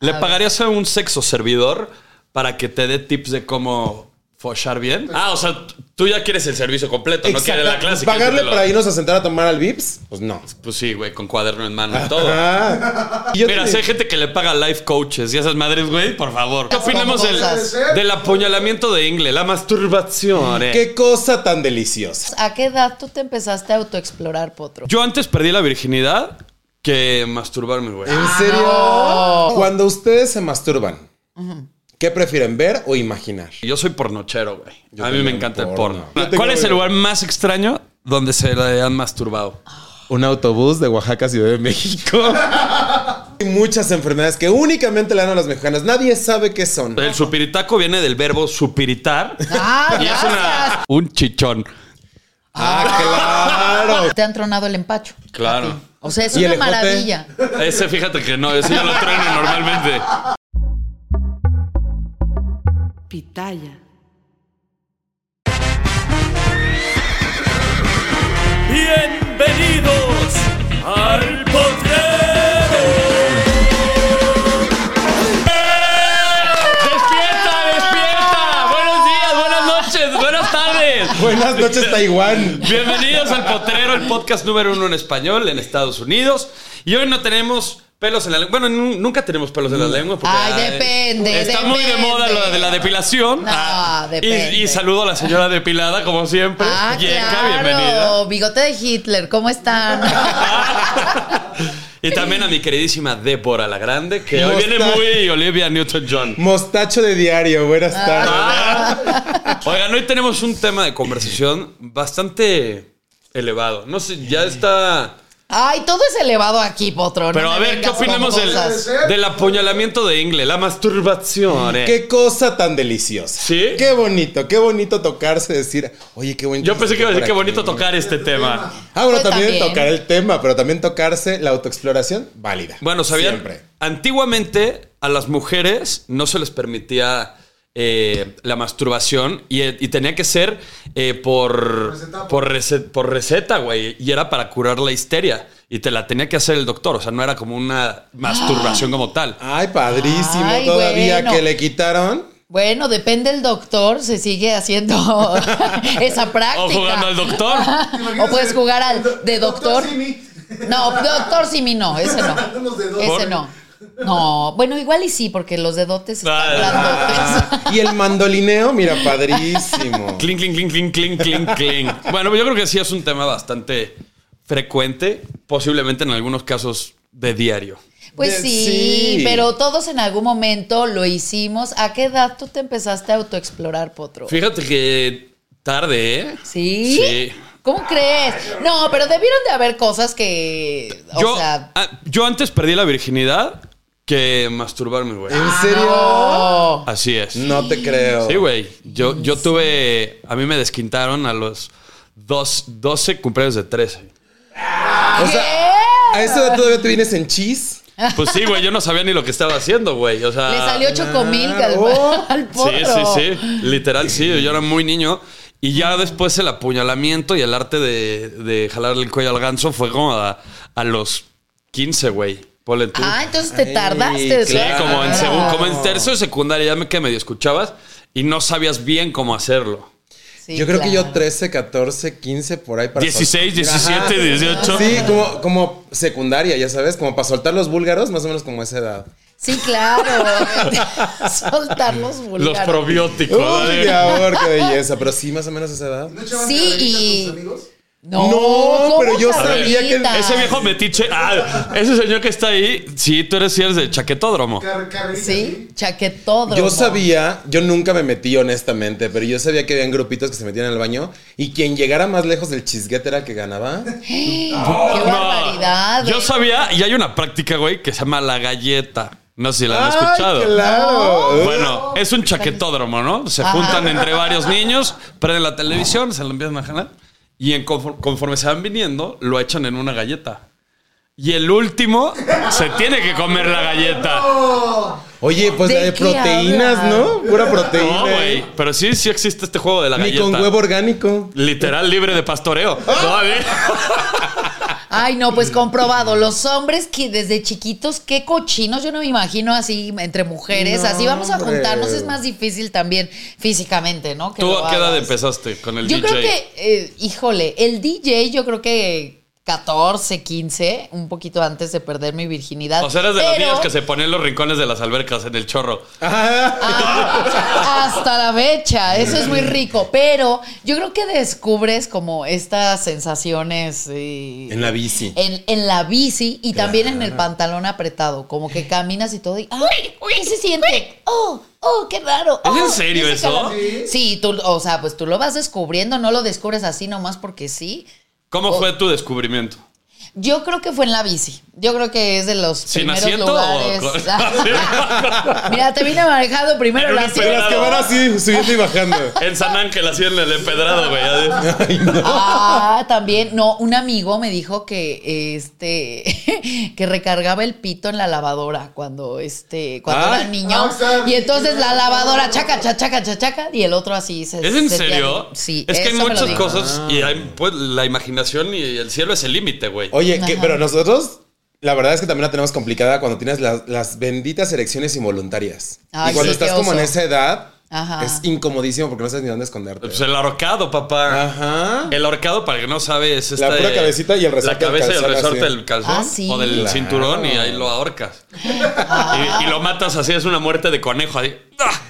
¿Le pagarías a un sexo servidor para que te dé tips de cómo fochar bien? Pues Ah, o sea, t- tú ya quieres el servicio completo, no quieres la clase. quieres que ¿Pagarle te lo- para irnos a sentar a tomar al Vips? Pues no. Pues sí, güey, con cuaderno en mano y todo. Ah. Y yo Mira, te- si hay gente que le paga life coaches y esas madres, güey, por favor. ¿Qué opinamos del, Famosas. del apuñalamiento de Ingle? La masturbación, eh. Qué cosa tan deliciosa. ¿A qué edad tú te empezaste a autoexplorar, Potro? Yo antes perdí la virginidad que masturbarme, güey. Ah, ¿En serio? Cuando ustedes se masturban, ¿qué prefieren ver o imaginar? Yo soy pornochero, güey. Yo A mí me también, encanta porno. el Yo porno. tengo ¿Cuál es el novio. lugar más extraño donde se le han masturbado? Un autobús de Oaxaca, Ciudad de México. Hay muchas enfermedades que únicamente le dan a los mexicanos. Nadie sabe qué son. El supiritaco viene del verbo supiritar. Ah, Y es gracias. una, un chichón. Ah, claro. Te han tronado el empacho. Claro. A ti. O sea, es ¿Y el una ejote? maravilla. Ese fíjate que no, ese yo lo trueno normalmente. Pitaya. Bienvenidos al potrero. ¡Despierta, despierta! Buenos días, buenas noches, buenas tardes. Buenas noches, Taiwán. Bienvenidos al Potrero, el podcast número uno en español en Estados Unidos. Y hoy no tenemos pelos en la lengua. Bueno, nu- nunca tenemos pelos en la lengua. Porque, Ay, depende, Está muy de depende. moda lo de la depilación. No, Ah, y- depende. Y, saludo a la señora depilada, como siempre. Ah, Yenka, claro. bienvenida. Bigote de Hitler, ¿cómo están? Y también a mi queridísima Débora la Grande, que hoy ¿Cómo viene está? muy Olivia Newton-John. Mostacho de diario, buenas tardes. Ah. Oigan, hoy tenemos un tema de conversación bastante elevado. No sé, ya está. Ay, todo es elevado aquí, Potro. no Pero me a ver, ¿qué vengas con opinamos del, cosas. del apuñalamiento de Ingle? La masturbación. eh. Qué cosa tan deliciosa. ¿Sí? Qué bonito, qué bonito tocarse, decir, oye, qué bonito. Yo pensé que iba a decir por qué aquí". bonito tocar este tema. Ah, bueno, Pues también, también. tocar el tema, pero también tocarse la autoexploración válida. Bueno, ¿sabían? Siempre. Antiguamente a las mujeres no se les permitía eh, la masturbación y, eh, y tenía que ser eh, por, por, rece- por receta, güey. Y era para curar la histeria. Y te la tenía que hacer el doctor. O sea, no era como una Ah. masturbación como tal. Ay, padrísimo Ay, todavía bueno. que le quitaron. Bueno, depende del doctor, se sigue haciendo esa práctica. O jugando al doctor. O puedes jugar al de doctor. No, doctor Simi no, ese no. Ese no. No, bueno, igual y sí, porque los dedotes Ah. están grandotes. Y el mandolineo, mira, padrísimo. Cling, cling, cling, cling, cling, cling, cling. Bueno, yo creo que sí es un tema bastante frecuente, posiblemente en algunos casos de diario. Pues De- sí, sí. pero todos en algún momento lo hicimos. ¿A qué edad tú te empezaste a autoexplorar, Potro? Fíjate que tarde, ¿eh? ¿Sí? Sí. ¿Cómo crees? No, pero debieron de haber cosas que. O Yo, sea. ah, yo antes perdí la virginidad que masturbarme, güey. ¿En serio? Ah, no. Así es. No te creo. Sí, güey. Yo, yo tuve. A mí me desquintaron a los dos, 12 cumpleaños de 13. O sea, a esa edad todavía te vienes en chis. Pues sí, güey. Yo no sabía ni lo que estaba haciendo, güey. O sea. Le salió chocomil al, claro. al Ah, oh, Sí, potro. sí, sí. Literal, sí. Yo era muy niño. Y ya después el apuñalamiento y el arte de, de jalarle el cuello al ganso fue como a, a los 15, güey. Ponle tú. Ah, entonces te Ay, tardaste. sí, ¿verdad? como en, claro. segun- como en tercero de secundaria ya me que medio escuchabas y no sabías bien cómo hacerlo. Sí, yo creo que yo claro. 13, 14, 15, por ahí para 16, soltar. Ajá. 17, 18. Sí, como, como secundaria, ya sabes, como para soltar los búlgaros, más o menos como a esa edad. Sí, claro. Soltar los Los vulgares. probióticos. Uy, ¿vale? mi amor, qué belleza. Pero sí, más o menos a esa edad. Sí, y. No, ¿cómo pero yo sabía que- Carlita? Ese viejo metiche. Ah, ese señor que está ahí. Sí, tú eres, sí eres de chaquetódromo. Sí, chaquetódromo. Yo sabía, yo nunca me metí honestamente, pero yo sabía que habían grupitos que se metían al baño y quien llegara más lejos del chisguete era el que ganaba. ¡Qué No. barbaridad! Yo eh. sabía, y hay una práctica, güey, que se llama la galleta. No sé si la han Ay, escuchado. claro. Bueno, es un chaquetódromo, ¿no? Se Ajá. juntan entre varios niños, prenden la televisión, se la empiezan a jalar y en conforme, conforme se van viniendo, lo echan en una galleta. Y el último se tiene que comer la galleta. Oye, pues ¿De la de qué proteínas, hablas? ¿no? Pura proteína. No, güey. Pero sí, sí existe este juego de la Ni galleta. con huevo orgánico. Literal libre de pastoreo. Todavía. Ay, no, pues comprobado. Los hombres que desde chiquitos, qué cochinos. Yo no me imagino así entre mujeres. No, así vamos a hombre. juntarnos. Es más difícil también físicamente, ¿no? Que ¿Tú lo a qué edad hagas. empezaste con el Yo DJ? creo que, eh, híjole, el DJ, yo creo que 14, 15, un poquito antes de perder mi virginidad. O sea, eres de las Pero- niñas que se ponen en los rincones de las albercas en el chorro. Ah, hasta la fecha, eso es muy rico, pero yo creo que descubres como estas sensaciones eh, En la bici. en, en la bici y también en el pantalón apretado, como que caminas y todo y ¡ay! ¿Qué se siente? ¡Oh! ¡Oh, qué raro! ¿Es en ¡Oh! serio Ese eso? calor. Sí, tú, o sea, pues tú lo vas descubriendo, no lo descubres así nomás porque sí. ¿Cómo Ah. fue tu descubrimiento? Yo creo que fue en la bici. Yo creo que es de los ¿Sin primeros asiento o lugares. con- Mira, te vine manejado primero En la un asiento. Las que van así, subiendo y bajando. En San Ángel, así en el empedrado, güey. así. Ah, también. No, un amigo me dijo que este que recargaba el pito en la lavadora cuando este cuando Ah. era niño. y entonces la lavadora chaca, chaca, chaca, chaca, chaca, y el otro así se ¿Es en se- serio? Sí. Es que hay eso me lo muchas dijo. cosas y hay, pues, la imaginación y el cielo es el límite, güey. Ah. Oye, que- Ajá. pero nosotros, la verdad es que también la tenemos complicada cuando tienes las, las benditas erecciones involuntarias. Ay, y cuando sí, estás qué como en oso. esa edad, Ajá. es incomodísimo porque no sabes ni dónde esconderte. Pues el ahorcado, papá. Ajá. El ahorcado, para que no sabe, es esta. Ah. pura cabecita y el resorte La cabeza del y el calzón, resorte así. del calzón. Ah, sí. O del Claro. cinturón y ahí lo ahorcas. Ah. Y, y lo matas así, es una muerte de conejo. Así. ¡Ah!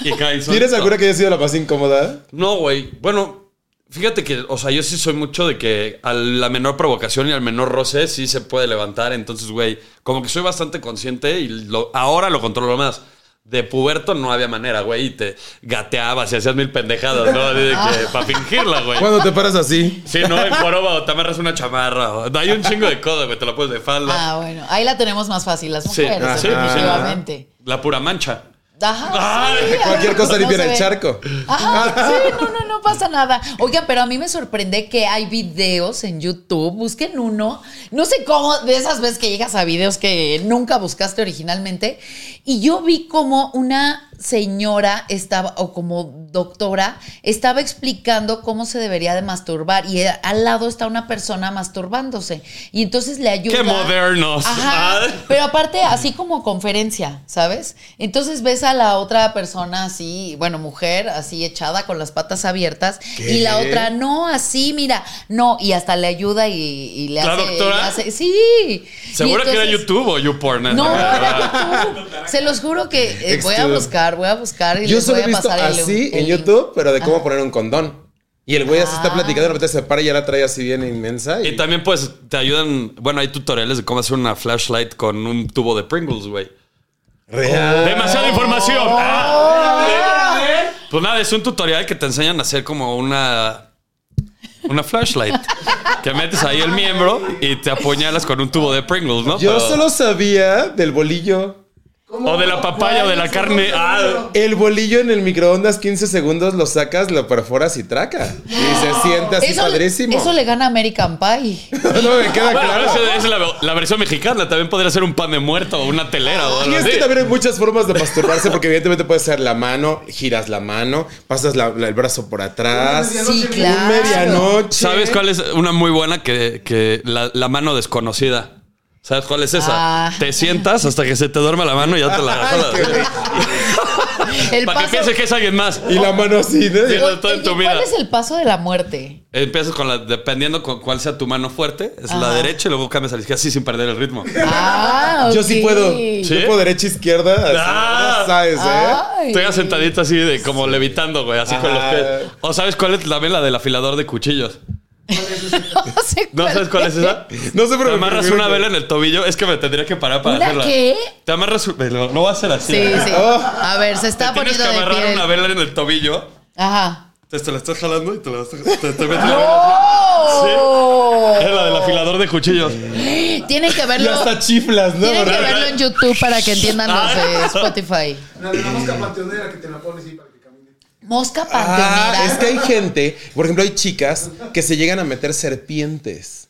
Y cae ¿Tienes solito. alguna que haya sido la más incómoda? No, güey. Bueno, fíjate que, o sea, yo sí soy mucho de que a la menor provocación y al menor roce sí se puede levantar. Entonces, güey, como que soy bastante consciente y lo- ahora lo controlo más. De puberto no había manera, güey, y te gateabas y hacías mil pendejadas, ¿no? Así de que, para fingirla, güey. Pues, Pues, Cuando te paras así. Sí, no, en joroba o te amarras una chamarra. o- hay un chingo de codo, güey, te la pones de falda. Ah, bueno, ahí la tenemos más fácil las Sí, mujeres, ah, sí, pues sí. definitivamente. La pura mancha. Ajá. Ah, sí, a Cualquier ver, cosa no limpia se el ve. charco. Ah. Ajá, sí, no, no, no pasa nada. Oiga, pero a mí me sorprende que hay videos en YouTube. Busquen uno. No sé cómo, de esas veces que llegas a videos que nunca buscaste originalmente. Y yo vi como una señora estaba, o como doctora, estaba explicando cómo se debería de masturbar. Y al lado está una persona masturbándose. Y entonces le ayuda. ¡Qué modernos! Ajá, Ah. pero aparte, así como conferencia, ¿sabes? Entonces ves a la otra persona así, bueno, mujer, así echada con las patas abiertas, y la otra, no, así, mira, no, y hasta le ayuda y, y le ¿La hace. doctora? le hace- sí. Seguro Y que era entonces- YouTube o YouPorn. No, Ah. era YouTube. Se los juro que eh, voy a Extrude. buscar, voy a buscar y Yo les solo voy he a visto pasar el- así el en link. YouTube, pero de cómo poner un condón. Y el güey así Ah. está platicando, de repente se para y ya la trae así bien inmensa. Y, Y también, pues, te ayudan. Bueno, hay tutoriales de cómo hacer una flashlight con un tubo de Pringles, güey. Real. Demasiada información. Oh. Ah. Pues nada, es un tutorial que te enseñan a hacer como una. Una flashlight. que metes ahí el miembro y te apuñalas con un tubo de Pringles, ¿no? Yo Pero- solo sabía del bolillo. O de la papaya o de la carne. Ah. El bolillo en el microondas 15 segundos lo sacas, lo perforas y traca. Y se siente así Eso, padrísimo. eso le gana American Pie. no me queda Bueno, claro. esa es la, la versión mexicana. También podría ser un pan de muerto o una telera o Y algo es que así. también hay muchas formas de masturbarse, porque evidentemente puede ser la mano, giras la mano, pasas la- la- el brazo por atrás. Sí, Un claro. medianoche. ¿Sabes cuál es una muy buena que, que la, la mano desconocida? ¿Sabes cuál es esa? Ah. Te sientas hasta que se te duerma la mano y ya te la Ay, qué jalas. rico. El Para que paso- pienses que es alguien más. Y la mano así, ¿no? Sí. todo en Oye, tu ¿Cuál vida. es el paso de la muerte? Empiezas con la, dependiendo con cuál sea tu mano fuerte, es la Ajá. derecha y luego cambias a la izquierda así sin perder el ritmo. Ah, Yo sí ok. Ah. puedo. Sí. Yo puedo derecha izquierda. así, Ah. no sabes, ¿eh? Ay. Estoy sentadita así de como levitando, güey, así con los Ajá. pies. ¿O sabes cuál es la vela del afilador de cuchillos? No sé ¿No sabes cuál es esa? No sé, pero Te me amarras prefiero una que- vela en el tobillo, es que me tendría que parar para ¿Una hacerla. qué? Te amarras un- No, no va a ser así. Sí, ¿eh? sí. Oh. A ver, se está Tienes poniendo que de amarrar pie. una vela en el tobillo. Ajá. Entonces te la estás jalando y te la estás. Te, te metes la vela. ¡Oh! Es la del afilador de cuchillos. Tienen que Y verlo. hasta chiflas, ¿no? Tienen que Porque- verlo en YouTube para que entiendan los de Ah. Spotify. La de la mosca panteonera que te la pones y para que camine. Mosca Ah, panteonera. es que hay gente, por ejemplo, hay chicas que se llegan a meter serpientes.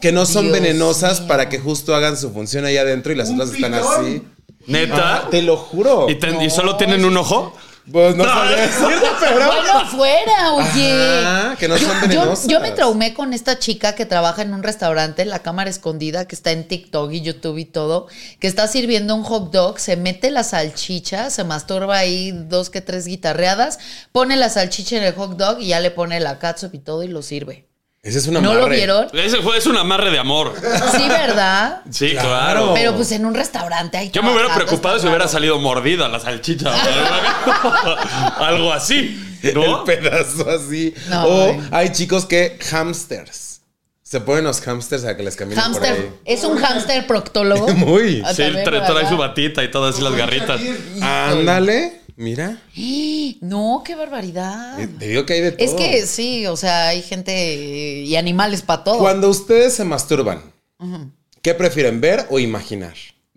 Que no son Dios venenosas mío. para que justo hagan su función ahí adentro y las Un otras están pitón. así. Neta. Te lo juro. ¿Y, te- y solo tienen un ojo? Pues no No. sabía decirte, pero. Bueno, fuera, oye. Ajá, que no son yo, venenosas. yo me traumé con esta chica que trabaja en un restaurante, en la cámara escondida, que está en TikTok y YouTube y todo, que está sirviendo un hot dog, se mete la salchicha, se masturba ahí dos que tres guitarreadas, pone la salchicha en el hot dog y ya le pone la catsup y todo y lo sirve. Ese es una ¿No lo vieron? Ese fue, es un amarre de amor. Sí, ¿verdad? Sí, claro. Claro. Pero pues en un restaurante hay Yo me hubiera preocupado si hubiera salido mordida la salchicha. Algo así. El ¿No? pedazo así. No, o güey. hay chicos que hamsters. Se ponen los hamsters a que les caminen por Hamster, ahí. es un hamster proctólogo. Muy. Ah, Sí, también, tra- trae ¿verdad? su batita y todas así las garritas. Ándale. Mira. No, qué barbaridad. Te te digo que hay de todo. Es que sí, o sea, hay gente y animales para todo. Cuando ustedes se masturban, ¿qué prefieren ver o imaginar?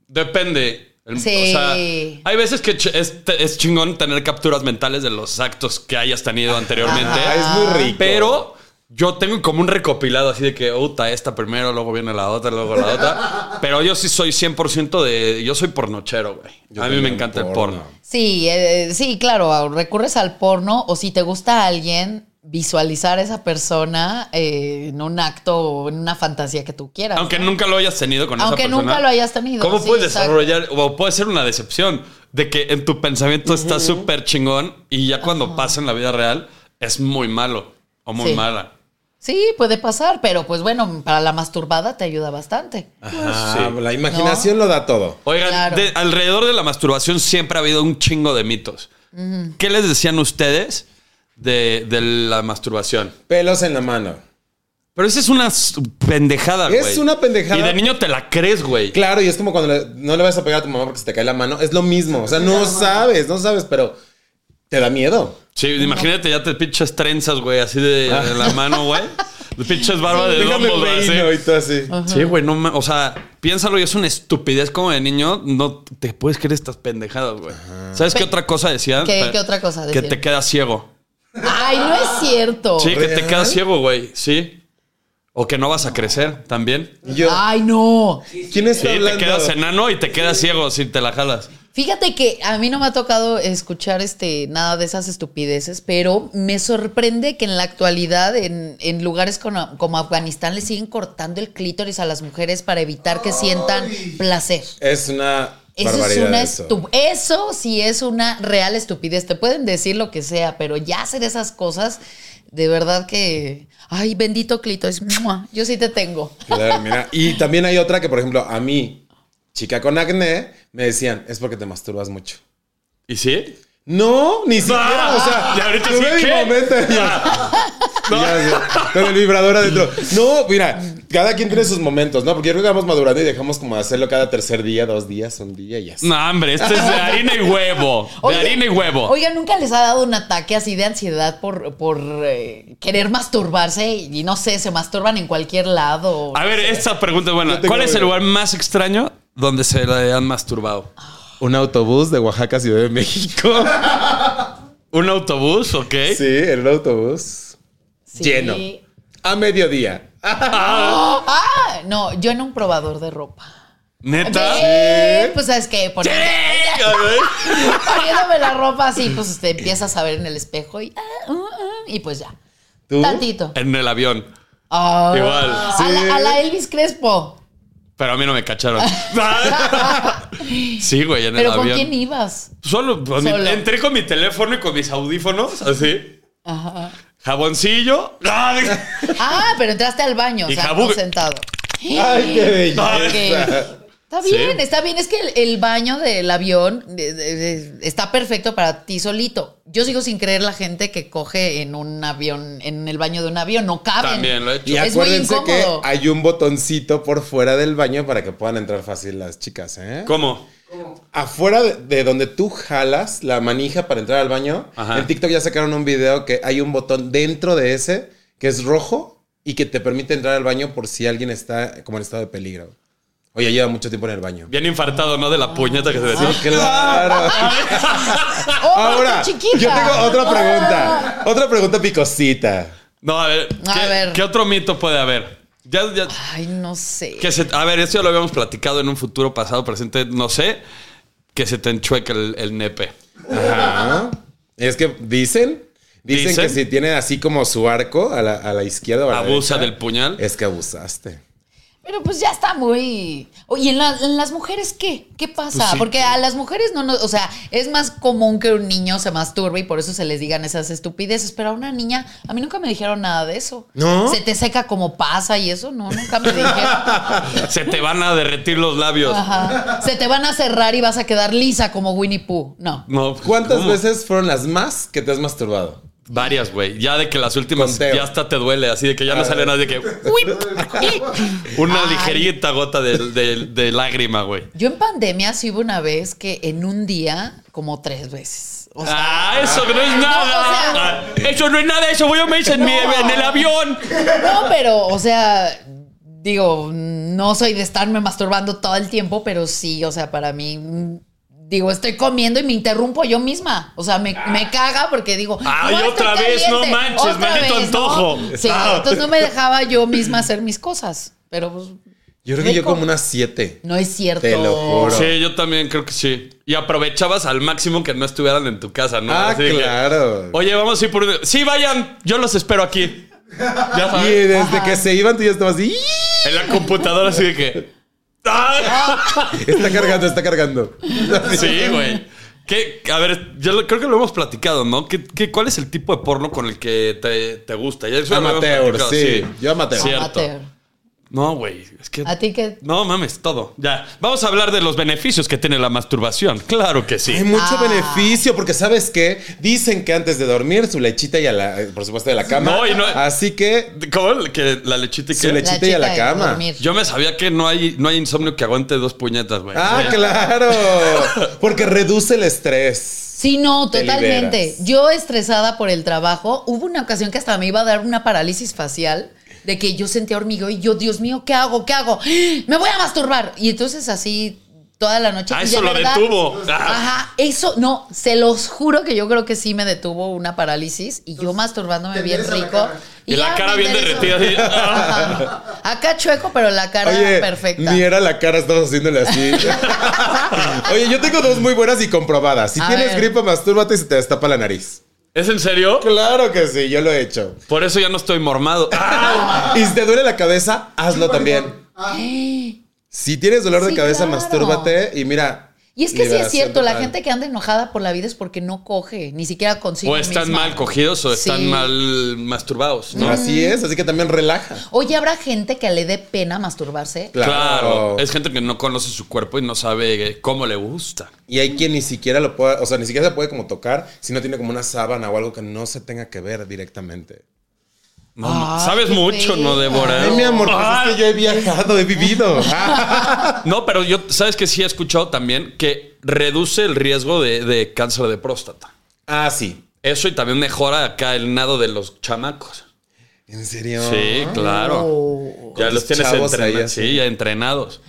Depende. El- Sí. O sea, hay veces que ch- es, te- es chingón tener capturas mentales de los actos que hayas tenido anteriormente. Ah, es muy rico. Pero yo tengo como un recopilado así de que, uta, esta primero, luego viene la otra, luego la otra. Pero yo sí soy 100% de. Yo soy pornochero, güey. Yo A mí me también, encanta el porno. porno. Sí, eh, sí, claro, recurres al porno o si te gusta a alguien, visualizar a esa persona eh, en un acto o en una fantasía que tú quieras. Aunque ¿no? nunca lo hayas tenido con Aunque esa persona. nunca lo hayas tenido, ¿Cómo sí, puedes exacto. desarrollar? O puede ser una decepción de que en tu pensamiento está súper chingón y ya cuando pasa en la vida real es muy malo o muy Sí. mala. Sí, puede pasar, pero pues bueno, para la masturbada te ayuda bastante. Ah, La imaginación lo da todo. Oigan, Claro. de- alrededor de la masturbación siempre ha habido un chingo de mitos. ¿Qué les decían ustedes de, de la masturbación? Pelos en la mano. Pero esa es una s- pendejada, güey. Es una pendejada. Y de niño te la crees, güey. Claro, y es como cuando le- no le vas a pegar a tu mamá porque se te cae la mano. Es lo mismo. O sea, no sabes, no sabes, pero te da miedo. Sí, imagínate, ya te pinches trenzas, güey, así de, de la mano, güey. Pinches barba de Ah. Déjame Dumbledore, así. peino y todo así. Ah. Sí, güey, no ma- O sea, piénsalo y es una estupidez como de niño. No te puedes creer estas pendejadas, güey. ¿Sabes qué otra cosa decían? ¿Qué- Eh, qué otra cosa Que decían? te quedas ciego. Ay, no es cierto. Sí, que te ¿Real? quedas ciego, güey. Sí. O que no vas a crecer también. Y yo, Ay, no. ¿quién está Sí, te hablando? quedas enano y te quedas ciego si te la jalas. Fíjate que a mí no me ha tocado escuchar este nada de esas estupideces, pero me sorprende que en la actualidad en, en lugares como, como Afganistán le siguen cortando el clítoris a las mujeres para evitar que sientan placer. Es una Eso es barbaridad una eso. estu- eso sí es una real estupidez. Te pueden decir lo que sea, pero ya hacer esas cosas de verdad que ay, bendito clítoris, ¡mua! yo sí te tengo. Claro, mira. Y también hay otra que, por ejemplo, a mí, chica con acné, me decían, es porque te masturbas mucho. ¿Y sí? No, ni siquiera, o sea, Y ahorita tuve sí, mi ¿qué? momento y yo- y yo así, con el vibrador adentro. No, mira, cada quien tiene sus momentos, ¿no? Porque yo creo que vamos madurando y dejamos como de hacerlo cada tercer día, dos días, un día y así. No, hombre, este es de harina y huevo. De Oye, harina y huevo. Oiga, ¿nunca les ha dado un ataque así de ansiedad por, por eh, querer masturbarse? Y no sé, se masturban en cualquier lado. A ver, esta pregunta es Yo buena. tengo ¿Cuál es el una. lugar más extraño donde se le han masturbado? Un autobús de Oaxaca, Ciudad de México. ¿Un autobús? Ok. Sí, en el autobús. Sí. Lleno. A mediodía. Ah, no, yo en un probador de ropa. Neta. Eh, Pues sabes que Sí, a ver. poniéndome la ropa así, pues te empiezas a ver en el espejo y, ah, uh, uh, y pues ya. ¿Tú? Tantito. En el avión. Ah, Uh. Igual, A, la, a la Elvis Crespo. Pero a mí no me cacharon. Sí, güey, en ¿Pero el con avión. quién ibas? Solo, pues, mi- Solo. entré con mi teléfono y con mis audífonos, así. Ajá. Jaboncillo. Ah, pero entraste al baño, o Y sea, jabugue. no sentado. Ay, qué belleza. Ok. Está Sí. bien, está bien. Es que el, el baño del avión de- de- de- está perfecto para ti solito. Yo sigo sin creer la gente que coge en un avión, en el baño de un avión. No caben. También lo he hecho. Y Es muy acuérdense que incómodo. hay un botoncito por fuera del baño para que puedan entrar fácil las chicas, ¿eh? ¿Cómo? Afuera de, de donde tú jalas la manija para entrar al baño, Ajá. en TikTok ya sacaron un video que hay un botón dentro de ese que es rojo y que te permite entrar al baño por si alguien está como en estado de peligro. Oye, lleva mucho tiempo en el baño. Bien infartado, ¿no? De la puñeta que se decía. Sí, claro. Oh, Ahora, está chiquita. Ah. yo tengo otra pregunta. Otra pregunta picosita. No, a ver. A ¿qué, ver. qué otro mito puede haber? Ya, ya- Ay, no sé. que se- a ver, esto ya lo habíamos platicado en un futuro pasado, presente, no sé. Que se te enchueque el, el nepe. Ajá. Es que dicen, dicen, Dicen. que si tiene así como su arco a la, a la izquierda o a la Abusa derecha, del puñal. Es que abusaste. Pero pues ya está muy. Oye, ¿en, la- en las mujeres qué? ¿Qué pasa? Pues sí. Porque a las mujeres no, no, o sea, es más común que un niño se masturbe y por eso se les digan esas estupideces. Pero a una niña, a mí nunca me dijeron nada de eso. ¿No? Se te seca como pasa y eso, no, nunca me dijeron. Se te van a derretir los labios. Ajá. Se te van a cerrar y vas a quedar lisa como Winnie Pooh. No. No, ¿Cuántas ¿cómo? veces fueron las más que te has masturbado? Varias, güey. Ya de que las últimas Conteo. ya hasta te duele, así de que ya no sale nada de que. Una Ay. ligerita gota de, de- de lágrima, güey. Yo en pandemia sí hubo una vez que en un día, como tres veces. O sea, Ah, eso no es no, nada. o sea- Ah, eso no es nada, eso yo me hice en, mi- No. en el avión. No, pero, o sea, digo, no soy de estarme masturbando todo el tiempo, pero sí, o sea, para mí, mm, digo, estoy comiendo y me interrumpo yo misma. O sea, me, me caga porque digo, Ay, "No, estoy otra vez, no manches, maldito antojo. ¿no?". Sí, Ah. entonces no me dejaba yo misma hacer mis cosas, pero pues, Yo creo que yo Rico. como unas siete. no es cierto. Te lo juro. Sí, yo también creo que sí. Y aprovechabas al máximo que no estuvieran en tu casa, ¿no? ah, Así de que, claro. Oye, vamos a ir por. un- Sí, vayan, yo los espero aquí. Ya y sabes. desde que se iban tú ya estabas así. En la computadora, así de que. Ah. Está cargando, está cargando. Ah. Sí, güey. ¿Qué- a ver, yo lo- creo que lo hemos platicado, ¿no? ¿Qué, qué, cuál es el tipo de porno con el que te, te gusta? Ya eso lo hemos Amateur, platicado, sí. Yo amateur. Cierto. Amateur. No, güey. Es que. A ti que No mames, todo. Ya. Vamos a hablar de los beneficios que tiene la masturbación. Claro que Hay sí. mucho Ah. beneficio, porque ¿sabes qué? Dicen que antes de dormir, su lechita y a la, por supuesto, de la cama. No, y no- Así que ¿Cómo? Que la lechita y Su qué? lechita. Chita y a la cama. Yo me sabía que no hay, no hay insomnio que aguante dos puñetas, güey. Ah, Sí. claro. Porque reduce el estrés. Sí, no, Te totalmente. liberas. Yo estresada por el trabajo, hubo una ocasión que hasta me iba a dar una parálisis facial de que yo sentía hormigo y yo, Dios mío, ¿qué hago? ¿Qué hago? Me voy a masturbar. Y entonces así toda la noche. Ah, Y eso de lo verdad- detuvo. Ah. Ajá, eso, no, se los juro que yo creo que sí me detuvo una parálisis y yo masturbándome te bien endereza la rico. cara. Y la ya cara me bien enderezo. derretida, así. ah. Ajá. Acá chueco, pero la cara Oye, perfecta. ni era la cara, estabas haciéndole así. Oye, yo tengo dos muy buenas y comprobadas. Si A tienes ver. gripa, mastúrbate y se te destapa la nariz. ¿Es en serio? Claro que sí, yo lo he hecho. Por eso ya no estoy mormado. Ah. Y si te duele la cabeza, hazlo también. Si tienes dolor de Sí, cabeza, claro. mastúrbate y mira. Y es que sí es liberación cierto, la total. gente que anda enojada por la vida es porque no coge, ni siquiera consigue. O están mal cogidos o están mal masturbados. ¿no? Así Mm. es, así que también relaja. Oye, ¿habrá gente que le dé pena masturbarse? Claro. Es gente que no conoce su cuerpo y no sabe eh, cómo le gusta. Y hay quien ni siquiera lo puede, o sea, ni siquiera se puede como tocar si no tiene como una sábana o algo que no se tenga que ver directamente. No, no. Ay, Sabes qué mucho, feo. ¿no, Débora? Ay, mi amor, pues Ay. es que yo he viajado, he vivido. No, pero yo, ¿sabes que sí he escuchado también? Que reduce el riesgo de, de cáncer de próstata. ah, sí. Eso y también mejora acá el nado de los chamacos. ¿En serio? Sí, claro. Ya Con los tus tienes chavos ahí entrenados. así. Sí, ya entrenados.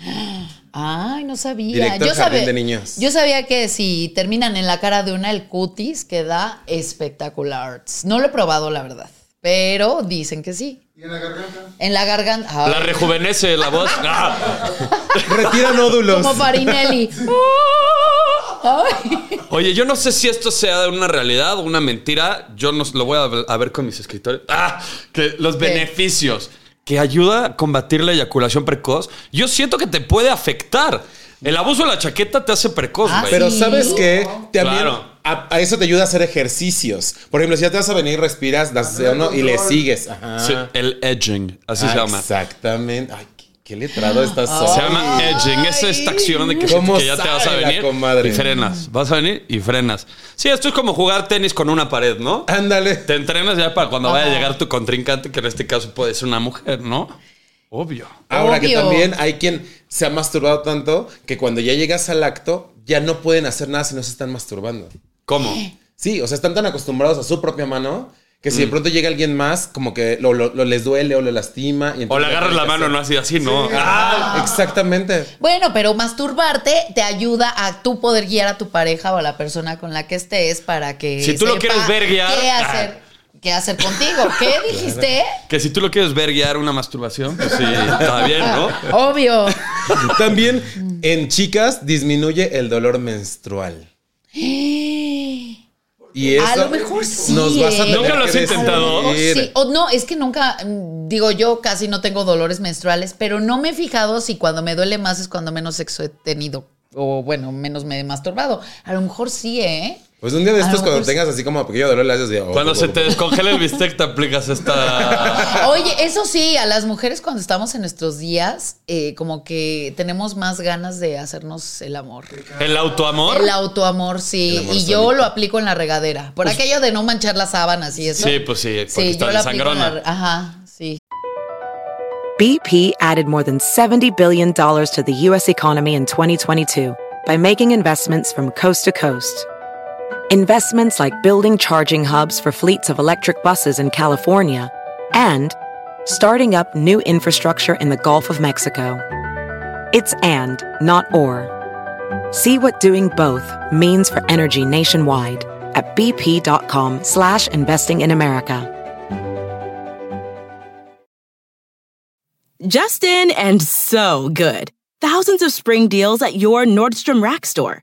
Ay, no sabía. Directo al yo jardín sabía, de niños. Yo sabía que si terminan en la cara de una, el cutis queda espectacular. No lo he probado, la verdad. Pero dicen que sí. Y en la garganta. En la garganta. ay, La rejuvenece la voz. Ah. Retira nódulos. como Farinelli. Ay. Oye, yo no sé si esto sea una realidad o una mentira. Yo no, lo voy a, ver- a ver con mis escritores. Ah, que los ¿Qué? beneficios que ayuda a combatir la eyaculación precoz, yo siento que te puede afectar. El abuso de la chaqueta te hace precoz, Ah, güey. Pero Sí. ¿sabes qué? También Claro. a, a eso te ayuda a hacer ejercicios. Por ejemplo, si ya te vas a venir, respiras, das uno y le sigues. Ajá. Sí, el edging, así Ah, se llama. Exactamente. Ay, qué, qué letrado estás. hoy. Se llama eh, edging. Es esta acción de que, ¿Cómo que ya te vas a sabe la venir comadre? y frenas. Vas a venir y frenas. Sí, esto es como jugar tenis con una pared, ¿no? Ándale. Te entrenas ya para cuando vaya a llegar tu contrincante, que en este caso puede ser una mujer, ¿no? Obvio. Ahora que Obvio. también hay quien se ha masturbado tanto que cuando ya llegas al acto ya no pueden hacer nada si no se están masturbando. ¿Cómo? Sí, o sea, están tan acostumbrados a su propia mano que Mm. si de pronto llega alguien más, como que lo, lo- lo les duele o le lastima. y O entonces le agarras la tienen que mano, hacer- no así, así, ¿no? Ah, exactamente. Bueno, pero masturbarte te ayuda a tú poder guiar a tu pareja o a la persona con la que estés para que. Si tú lo sepa quieres ver guiar, ah. ¿Qué hacer? ¿Qué hacer contigo? ¿Qué dijiste? Que si tú lo quieres ver guiar una masturbación, pues sí, está bien, ¿no? Obvio. También en chicas disminuye el dolor menstrual. Y eso A lo mejor sí, Nos vas a ¿eh? tener Nunca lo has que intentado. Oh, decir. sí. O no, es que nunca, mm, digo yo, casi no tengo dolores menstruales, pero no me he fijado si cuando me duele más es cuando menos sexo he tenido. O bueno, menos me he masturbado. A lo mejor sí, ¿eh? Pues un día de A estos, lo cuando mejor tengas así como pequeño dolor, le haces de. "Oh, Cuando se te descongela el bistec, te aplicas esta. Oye, eso sí, a las mujeres cuando estamos en nuestros días, eh, como que tenemos más ganas de hacernos el amor. El autoamor. El autoamor, sí. El amor y yo solito. lo aplico en la regadera. Por aquello de no manchar las sábanas y eso. Sí, pues sí, porque está yo lo aplico en la- desangrona. Ajá, sí. BP added more than $70 billion to the U.S. economy in 2022 by making investments from coast to coast. Investments like building charging hubs for fleets of electric buses in California and starting up new infrastructure in the Gulf of Mexico. It's and, not or. See what doing both means for energy nationwide at bp.com slash investing in America. Justin and so good. Thousands of spring deals at your Nordstrom Rack store.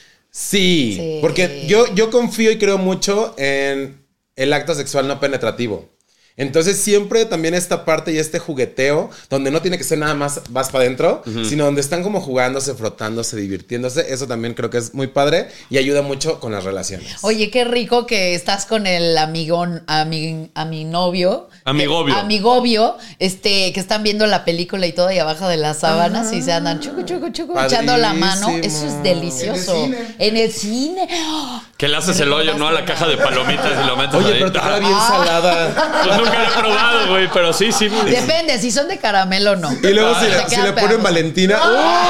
Sí, Sí. porque yo, yo confío y creo mucho en el acto sexual no penetrativo. Entonces siempre también esta parte y este jugueteo, donde no tiene que ser nada más vas para adentro, sino donde están como jugándose, frotándose, divirtiéndose, eso también creo que es muy padre y ayuda mucho con las relaciones. Oye, qué rico que estás con el amigón, a mi, a mi novio. Amigobio. Eh, amigobio, este, que están viendo la película y todo y abajo de las sábanas y se andan chucu, chucu, chucu, echando la mano. Eso es Padrísimo. delicioso. En el cine. En el cine. ¡Oh! Que le haces el hoyo, ¿no? A la caja de palomitas y lo metes Oye, ahí. pero te queda bien Ah. salada. Pues nunca lo he probado, güey, pero sí, sí. Depende si son de caramelo o no. Y luego si, Te Ah. le- si quedan le ponen pedazos. Valentina...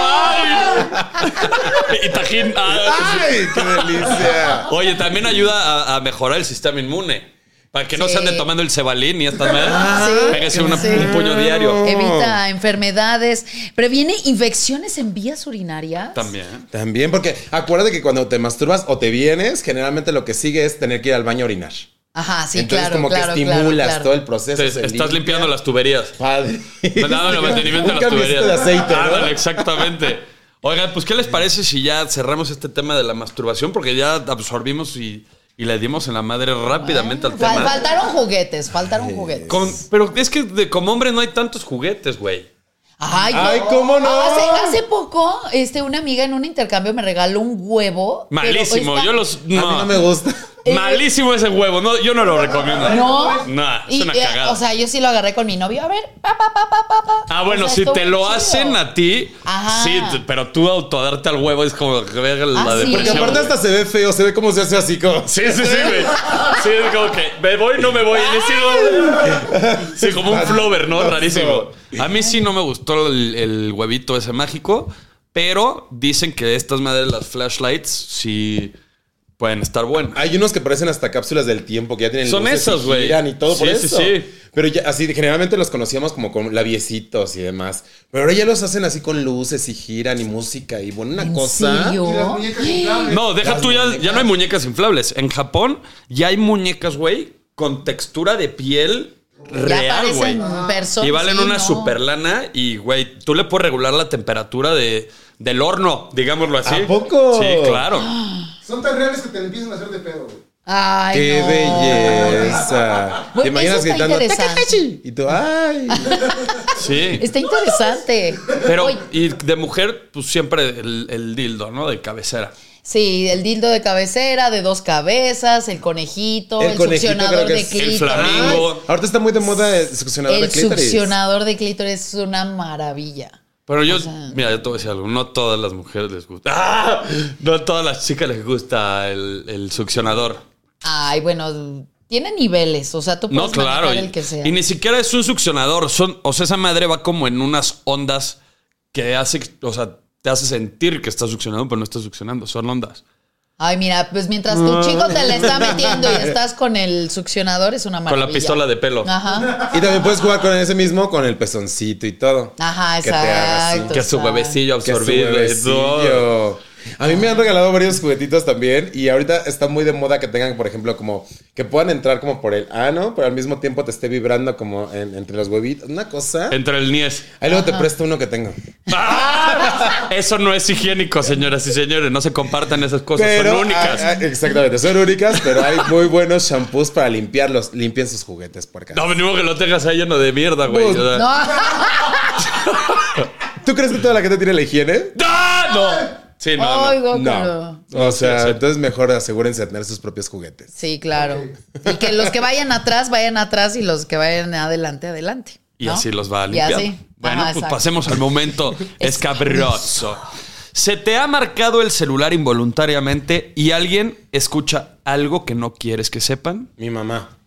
¡Ay! y tajín. Ah. pues, ¡Ay, qué delicia! Oye, también ayuda a, a mejorar el sistema inmune. Para que no Sí. Ah, se ande tomando el cebalín y estas merdas. Sí, Pégase una- sí. un puño diario. Evita enfermedades. Previene infecciones en vías urinarias. También. También, porque acuérdate que cuando te masturbas o te vienes, generalmente lo que sigue es tener que ir al baño a orinar. Ajá, sí, Entonces, claro. como claro, que claro, estimulas claro. todo el proceso. Te- se estás limpia. limpiando las tuberías. Padre. Dándole mantenimiento a Un las cambiecito tuberías. de aceite, ¿no? Ándale, exactamente. Oigan, pues, ¿qué les parece si ya cerramos este tema de la masturbación? Porque ya absorbimos y, y le dimos en la madre rápidamente al Fal- tema. faltaron juguetes, faltaron juguetes. Con- pero es que de- como hombre no hay tantos juguetes, güey. Ay, Ay, ¿cómo no? Hace, hace poco, este, una amiga en un intercambio me regaló un huevo. pero Malísimo. pues, está- Eh, Yo los. A mí No. no me gusta. Malísimo ese huevo. No, yo no lo recomiendo. No. Nah, es Y, una eh, cagada. o sea, yo sí lo agarré con mi novio. A ver, pa, pa, pa, pa, pa, pa. Ah, bueno, O sea, si estuvo te lo chido. hacen a ti, Ajá. sí, t- pero tú autodarte al huevo es como que verga la Ah, sí. Porque depresión. aparte güey. hasta se ve feo, se ve como se hace así como... Sí, sí, sí, güey. Sí, es como que me voy, no me voy. y decido- Sí, como un flover, ¿no? Rarísimo. A mí sí no me gustó el, el huevito ese mágico, pero dicen que estas madres, las flashlights, sí pueden estar buenos. Hay unos que parecen hasta cápsulas del tiempo, que ya tienen Son luces y esos, güey. giran Y todo por Sí, sí, eso. sí. Pero ya, así, de- generalmente los conocíamos como con labiecitos y demás. Pero ahora ya los hacen así con luces y giran y música y bueno, una ¿En cosa. serio? Y las muñecas inflables. No, deja Las tú, ya, muñecas. ya no hay muñecas inflables. En Japón ya hay muñecas, güey, con textura de piel ya real, güey. parecen personas. Y valen sí, una no. super lana y, güey, tú le puedes regular la temperatura de, del horno, digámoslo así. ¿A poco? Sí, claro. Son tan reales que te empiezan a hacer de pedo, güey. Ay, ¡Qué no. belleza! Güey, Te imaginas eso está gritando. interesante. "Takeshi", Y tú, ¡ay! Sí. Está interesante. Pero, Oye, y de mujer, pues siempre el, el dildo, ¿no? De cabecera. sí, el dildo de cabecera, de dos cabezas, el conejito, el, El conejito succionador creo que de es- clítoris. El flamingo. Ahorita está muy de moda el succionador de El clítoris. succionador de clítoris es una maravilla. Pero yo, mira, yo te voy a decir algo. No todas las mujeres les gusta. ¡Ah! No a todas las chicas les gusta el, el succionador. Ay, bueno, tiene niveles. O sea, tú puedes No, claro. manejar Y, el que sea. y ni siquiera es un succionador. Son, o sea, esa madre va como en unas ondas que hace, o sea, te hace sentir que estás succionando, pero no estás succionando. Son ondas. Ay, mira, pues mientras tu chico te la está metiendo y estás con el succionador, es una Con maravilla. la pistola de pelo. Ajá. Y también puedes jugar con ese mismo, con el pezoncito y todo. Ajá, Que te haga así. exacto. Que su huevecillo Que su absorbido. y todo. huevecillo. A mí me han regalado varios juguetitos también y ahorita está muy de moda que tengan, por ejemplo, como que puedan entrar como por el ano, pero al mismo tiempo te esté vibrando como en- entre los huevitos. Una cosa. Entre el niés. Ahí luego te presto uno que tengo. ¡Ah! Eso no es higiénico, señoras y señores. No se compartan esas cosas. Pero, son únicas. ah, ah, exactamente, son únicas, pero hay muy buenos shampoos para limpiarlos. Limpien sus juguetes, por acá. No, venimos que lo tengas ahí lleno de mierda, güey. Pues, O sea, No, ¿Tú crees que toda la gente tiene la higiene? ¡Ah, no! Sí, no, no. Ay, guácala. No. O sea, entonces mejor asegúrense de tener sus propios juguetes. Sí, claro. Y que los que vayan atrás, vayan atrás y los que vayan adelante, adelante. Y ¿no? así los va a Y limpiar. así. Bueno, Ajá, pues exacto. pasemos al momento escabroso. Se te ha marcado el celular involuntariamente y alguien escucha algo que no quieres que sepan. Mi mamá.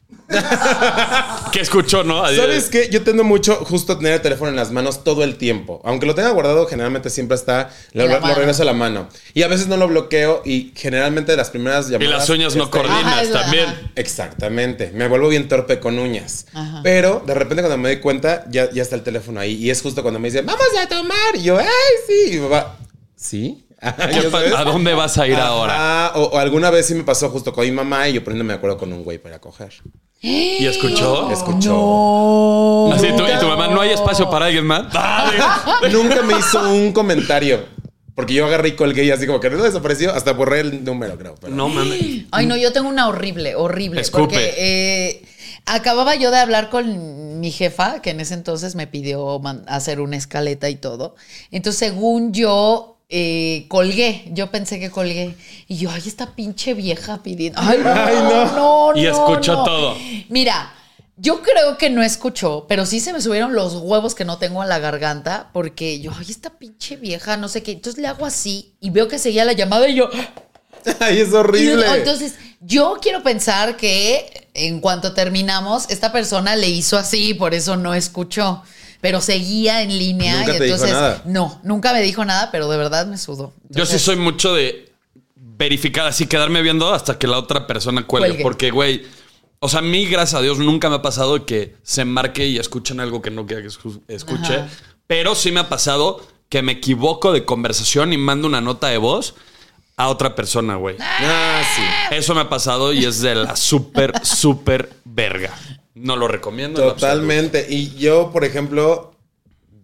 ¿Qué escuchó, no? Adiós. ¿Sabes qué? Yo tendo mucho justo a tener el teléfono en las manos todo el tiempo. Aunque lo tenga guardado, generalmente siempre está. Lo, En la lo mano. regreso a la mano. Y a veces no lo bloqueo y generalmente las primeras Y llamadas. las uñas no está ahí. Ajá, coordinas es- también. ajá. Exactamente. Me vuelvo bien torpe con uñas. Ajá. Pero de repente cuando me doy cuenta, ya, ya está el teléfono ahí. Y es justo cuando me dice, vamos a tomar. Y yo, ay, sí. Y mi papá, ¿sí? ¿Qué pa- ¿Ya sabes? ¿A dónde vas a ir ahora? Ah, o, o alguna vez sí me pasó justo con mi mamá y yo poniéndome de acuerdo con un güey para coger. ¿Y Oh, escuchó? Escuchó. Así, tú- y tu mamá, ¿no hay espacio para alguien más? Ah, Nunca me hizo un comentario. Porque yo agarré y colgué y así como que no desapareció. Hasta borré el número, creo. pero- No mames. Ay, no, yo tengo una horrible, horrible. Escupe. Porque eh, acababa yo de hablar con mi jefa, que en ese entonces me pidió man- hacer una escaleta y todo. Entonces, según yo, eh, colgué. Yo pensé que colgué. Y yo, ay, esta pinche vieja pidiendo. Ay, no, Ay, no. no. no Y escuchó no. todo. Mira. Yo creo que no escuchó, pero sí se me subieron los huevos que no tengo a la garganta porque yo, ay, esta pinche vieja, no sé qué. Entonces le hago así y veo que seguía la llamada y yo, Ay, es y yo- horrible. entonces, yo quiero pensar que en cuanto terminamos, esta persona le hizo así, por eso no escuchó. Pero seguía en línea Nunca y te dijo entonces. nada. No, nunca me dijo nada, pero de verdad me sudó. Yo sí Entonces, soy mucho de verificar, así quedarme viendo hasta que la otra persona cuelgue. Cuelgue. Porque, güey, o sea, a mí, gracias a Dios, nunca me ha pasado que se marque y escuchen algo que no quiera que escu- escuche. Ajá. Pero sí me ha pasado que me equivoco de conversación y mando una nota de voz a otra persona, güey. Ah, sí. Eso me ha pasado y es de la súper, súper verga. No pues, lo recomiendo. en Totalmente. Y yo, por ejemplo,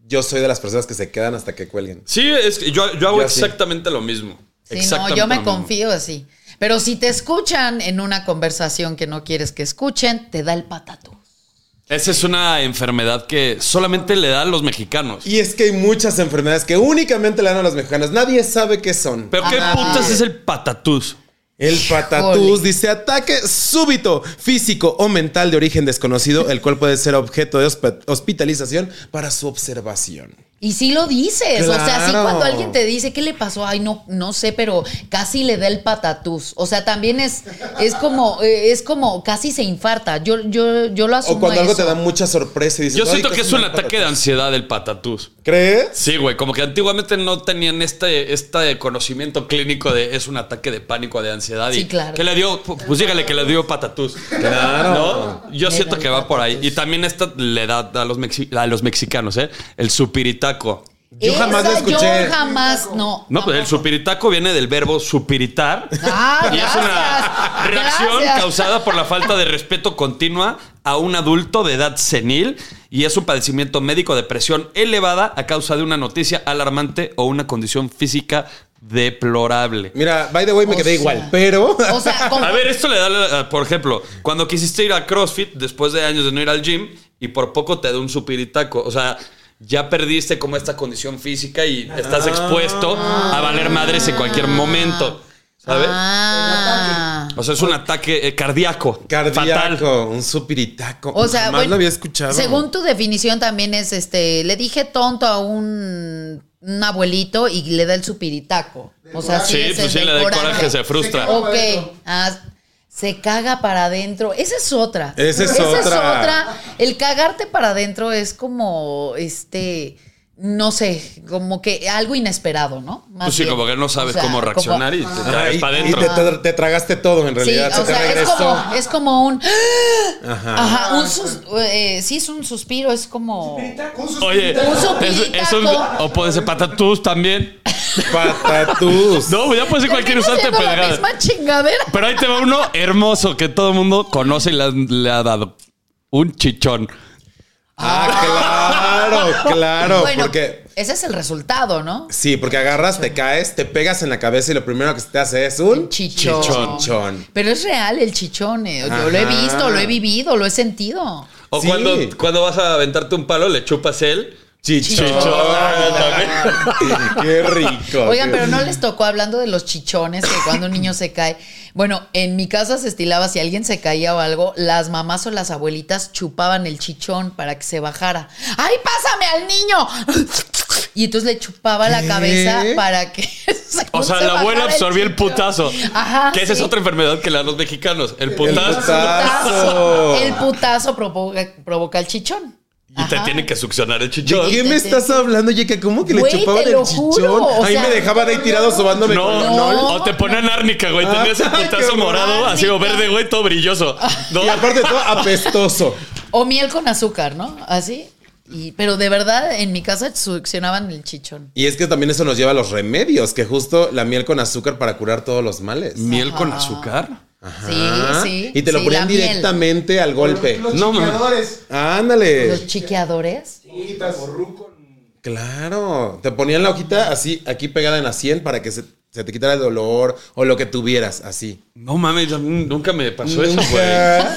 yo soy de las personas que se quedan hasta que cuelguen. absoluto. Sí, es que yo, yo hago Yo sí. exactamente lo mismo. Sí, no, Exactamente yo me lo mismo. confío así. Pero si te escuchan en una conversación que no quieres que escuchen, te da el patatú. Esa es una enfermedad que solamente le dan los mexicanos. Y es que hay muchas enfermedades que únicamente le dan a los mexicanos. Nadie sabe qué son. ¿Pero qué putas es el patatús? El patatús dice ataque súbito, físico o mental de origen desconocido, el cual puede ser objeto de hosp- hospitalización para su observación. Y sí lo dices, o sea, sí Claro. cuando alguien te dice, ¿qué le pasó? Ay, no, no sé, pero casi le da el patatús. O sea, también es, es como, eh, es como casi se infarta. Yo, yo, yo lo asumo. O cuando a algo eso. te da mucha sorpresa y dices. Yo "Ay, siento que casi es un me ataque de mato". ansiedad el patatús. ¿Crees? Sí, güey, como que antiguamente no tenían este, este conocimiento clínico de es un ataque de pánico, de ansiedad. Sí, y claro. Que le dio, pues dígale que le dio patatús. Claro. ¿No? Yo Le siento da que el va por ahí. patatús. Y también esta le da a los, mexi- a los mexicanos, ¿eh? El supiritaco. Yo jamás lo Esa escuché. Yo jamás, no. No, pues el tampoco. supiritaco viene del verbo supiritar. Ah, y es una gracias, reacción gracias. causada por la falta de respeto continua a un adulto de edad senil y es un padecimiento médico de presión elevada a causa de una noticia alarmante o una condición física deplorable. Mira, by the way, me O quedé sea. igual, pero. O sea, como- A ver, esto le da, la- eh, por ejemplo, cuando quisiste ir a CrossFit después de años de no ir al gym y por poco te da un supiritaco, o sea, ya perdiste como esta condición física Ah. y estás expuesto a valer madres en cualquier momento, ¿sabes? Ah. O sea, es un ataque eh, cardíaco. Cardíaco, Fatal. un supiritaco. O sea, Jamás bueno, lo había escuchado. Según tu definición también es este, le dije tonto a un, un abuelito y le da el supiritaco. O sea, sí, Sí, ese pues sí, del le da el coraje, se frustra. Se caga Ok, para adentro. ah, se caga para adentro. Esa es otra. Esa es otra. El cagarte para adentro es como, este, no sé, como que algo inesperado, ¿no? Más Pues sí, bien. como que no sabes O sea, cómo como- reaccionar y te Ajá, traes Ah, y, para y te, adentro. tra- te tragaste todo en Sí, realidad. o se te sea, es regresó. como, es como un... Ajá. Ajá, un sus- eh, sí, es un suspiro, es como... Un suspiro. Oye, Un es, supiritaco. es un- o puede ser patatús también. Patatús. No, ya puede ser cualquier Termina usante siendo la pedrada. misma chingadera. Pero ahí te va uno hermoso que todo el mundo conoce y le, han- le ha dado. Un chichón. Ah, claro, claro. bueno, Porque. ese es el resultado, ¿no? Sí, porque agarras, te caes, te pegas en la cabeza y lo primero que se te hace es un Chichón. chichón. Pero es real el chichón. eh. Yo lo he Ajá. visto, lo he vivido, lo he sentido. O Sí. cuando, cuando vas a aventarte un palo, le chupas él. Chichón. Qué rico. Oigan, pero no les tocó hablando de los chichones, que cuando un niño se cae. Bueno, en mi casa se estilaba, si alguien se caía o algo, las mamás o las abuelitas chupaban el chichón para que se bajara. ¡Ay, pásame al niño! Y entonces le chupaba la ¿Qué? cabeza para que. según O sea, se la abuela bajara absorbió el chichón. putazo. Ajá, Que esa es sí. otra enfermedad que le dan los mexicanos. El El putazo. putazo. El putazo provoca, provoca el chichón. Y te Ajá. tiene que succionar el chichón. ¿De qué me estás hablando, Jessica? ¿Cómo que le Güey, chupaban te el lo chichón? juro, o Ahí sea- me dejaban ahí tirado sobándome. No, con- No. O te ponen árnica, güey. Ah, Tenías el qué putazo horror. morado, Ah, así o verde, güey, todo brilloso. ¿No? Y aparte todo apestoso. O miel con azúcar, ¿no? Así. Y, pero de verdad, en mi casa succionaban el chichón. Y es que también eso nos lleva a los remedios, que justo la miel con azúcar para curar todos los males. ¿Miel con azúcar? Ah, Sí, sí. Y te lo sí, ponían la miel. directamente al golpe. Los No, mamá. chiqueadores. Los Ándale. chiqueadores. Chiquitas. Borruco. Claro. Te ponían la hojita así, aquí pegada en la sien para que se, se te quitara el dolor o lo que tuvieras, así. No mames, a mí nunca me pasó eso, güey. Nunca.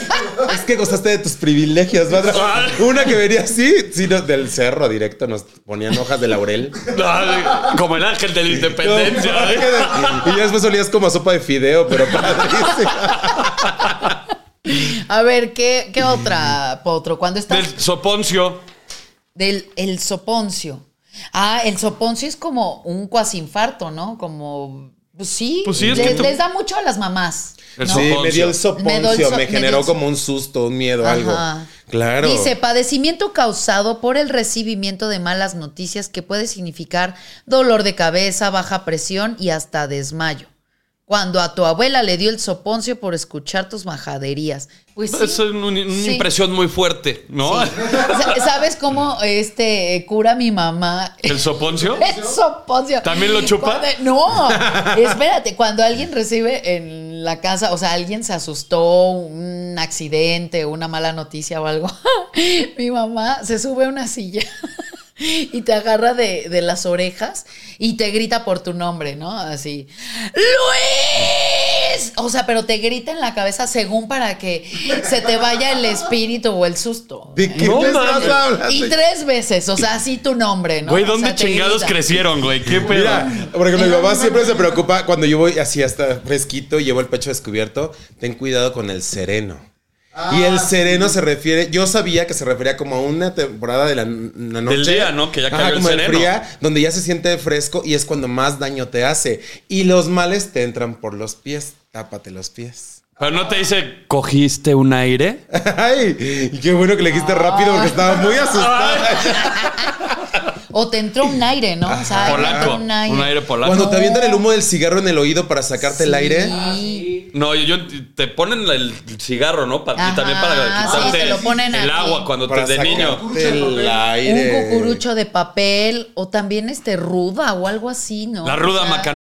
Es que gozaste de tus privilegios, madre. Una que venía así, sí, no, del cerro directo, nos ponían hojas de laurel. No, como el ángel de la independencia. ¿eh? güey. Y ya después olías como a sopa de fideo, pero padrísimo. A ver, ¿qué, qué otra, Potro? ¿Cuándo estás? Del soponcio. Del el soponcio. Ah, el soponcio es como un cuasi infarto, ¿no? Como. Pues sí. Pues sí, es les, que tú- les da mucho a las mamás. El ¿no? soponcio. Sí, me dio el Me dio el soponcio, so- me, me dio generó el so- como un susto, un miedo, Ajá. algo. Claro. Dice, padecimiento causado por el recibimiento de malas noticias que puede significar dolor de cabeza, baja presión y hasta desmayo. Cuando a tu abuela le dio el soponcio por escuchar tus majaderías. Pues sí. Es un- un- una Sí. impresión muy fuerte, ¿no? Sí. Sa- ¿Sabes cómo este cura mi mamá? El soponcio. El soponcio. ¿También lo chupa? Cuando- no, espérate, cuando alguien recibe en la casa, o sea, alguien se asustó, un accidente, una mala noticia o algo, mi mamá se sube a una silla. Y te agarra de, de las orejas y te grita por tu nombre, ¿no? Así. ¡Luis! O sea, pero te grita en la cabeza según para que se te vaya el espíritu o el susto. ¿De qué No me estás mames. hablando? Y tres veces, o sea, así tu nombre, ¿no? Güey, O sea, ¿dónde te chingados grita. crecieron, güey? ¿Qué pedo? Mira, porque mi mamá siempre se preocupa cuando yo voy así hasta fresquito y llevo el pecho descubierto. Ten cuidado con el sereno. y el Ah, sereno se refiere, yo sabía que se refería como a una temporada de la, n- la noche. día, ¿no? Que ya cayó el como de sereno. fría, donde ya se siente fresco y es cuando más daño te hace. Y los males te entran por los pies. Tápate los pies. Pero no te dice, ¿cogiste un aire? Ay, y qué bueno que le dijiste rápido porque estaba muy asustada. O te entró un aire, ¿no? O sea, Polaco. te entró Un aire, polaco. Cuando te avientan el humo del cigarro en el oído para sacarte el aire. Ah, Sí. No, yo, yo- te ponen el cigarro, ¿no? Pa- y Ajá, también para sí, quitarte te lo ponen el aquí. agua cuando te Para de niño. sacarte el aire. Un cucurucho de papel o también este ruda o algo así, ¿no? La ruda O sea, macan.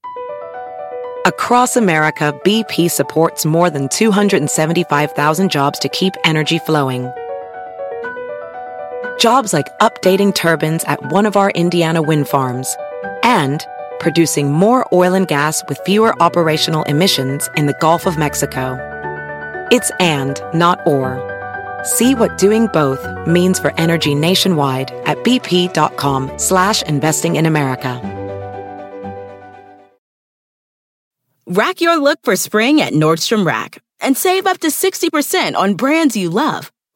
Across America, BP supports more than 275,000 jobs to keep energy flowing. Jobs like updating turbines at one of our Indiana wind farms and producing more oil and gas with fewer operational emissions in the Gulf of Mexico. It's and, not or. See what doing both means for energy nationwide at bp.com slash investing in America. Rack your look for spring at Nordstrom Rack and save up to 60% on brands you love.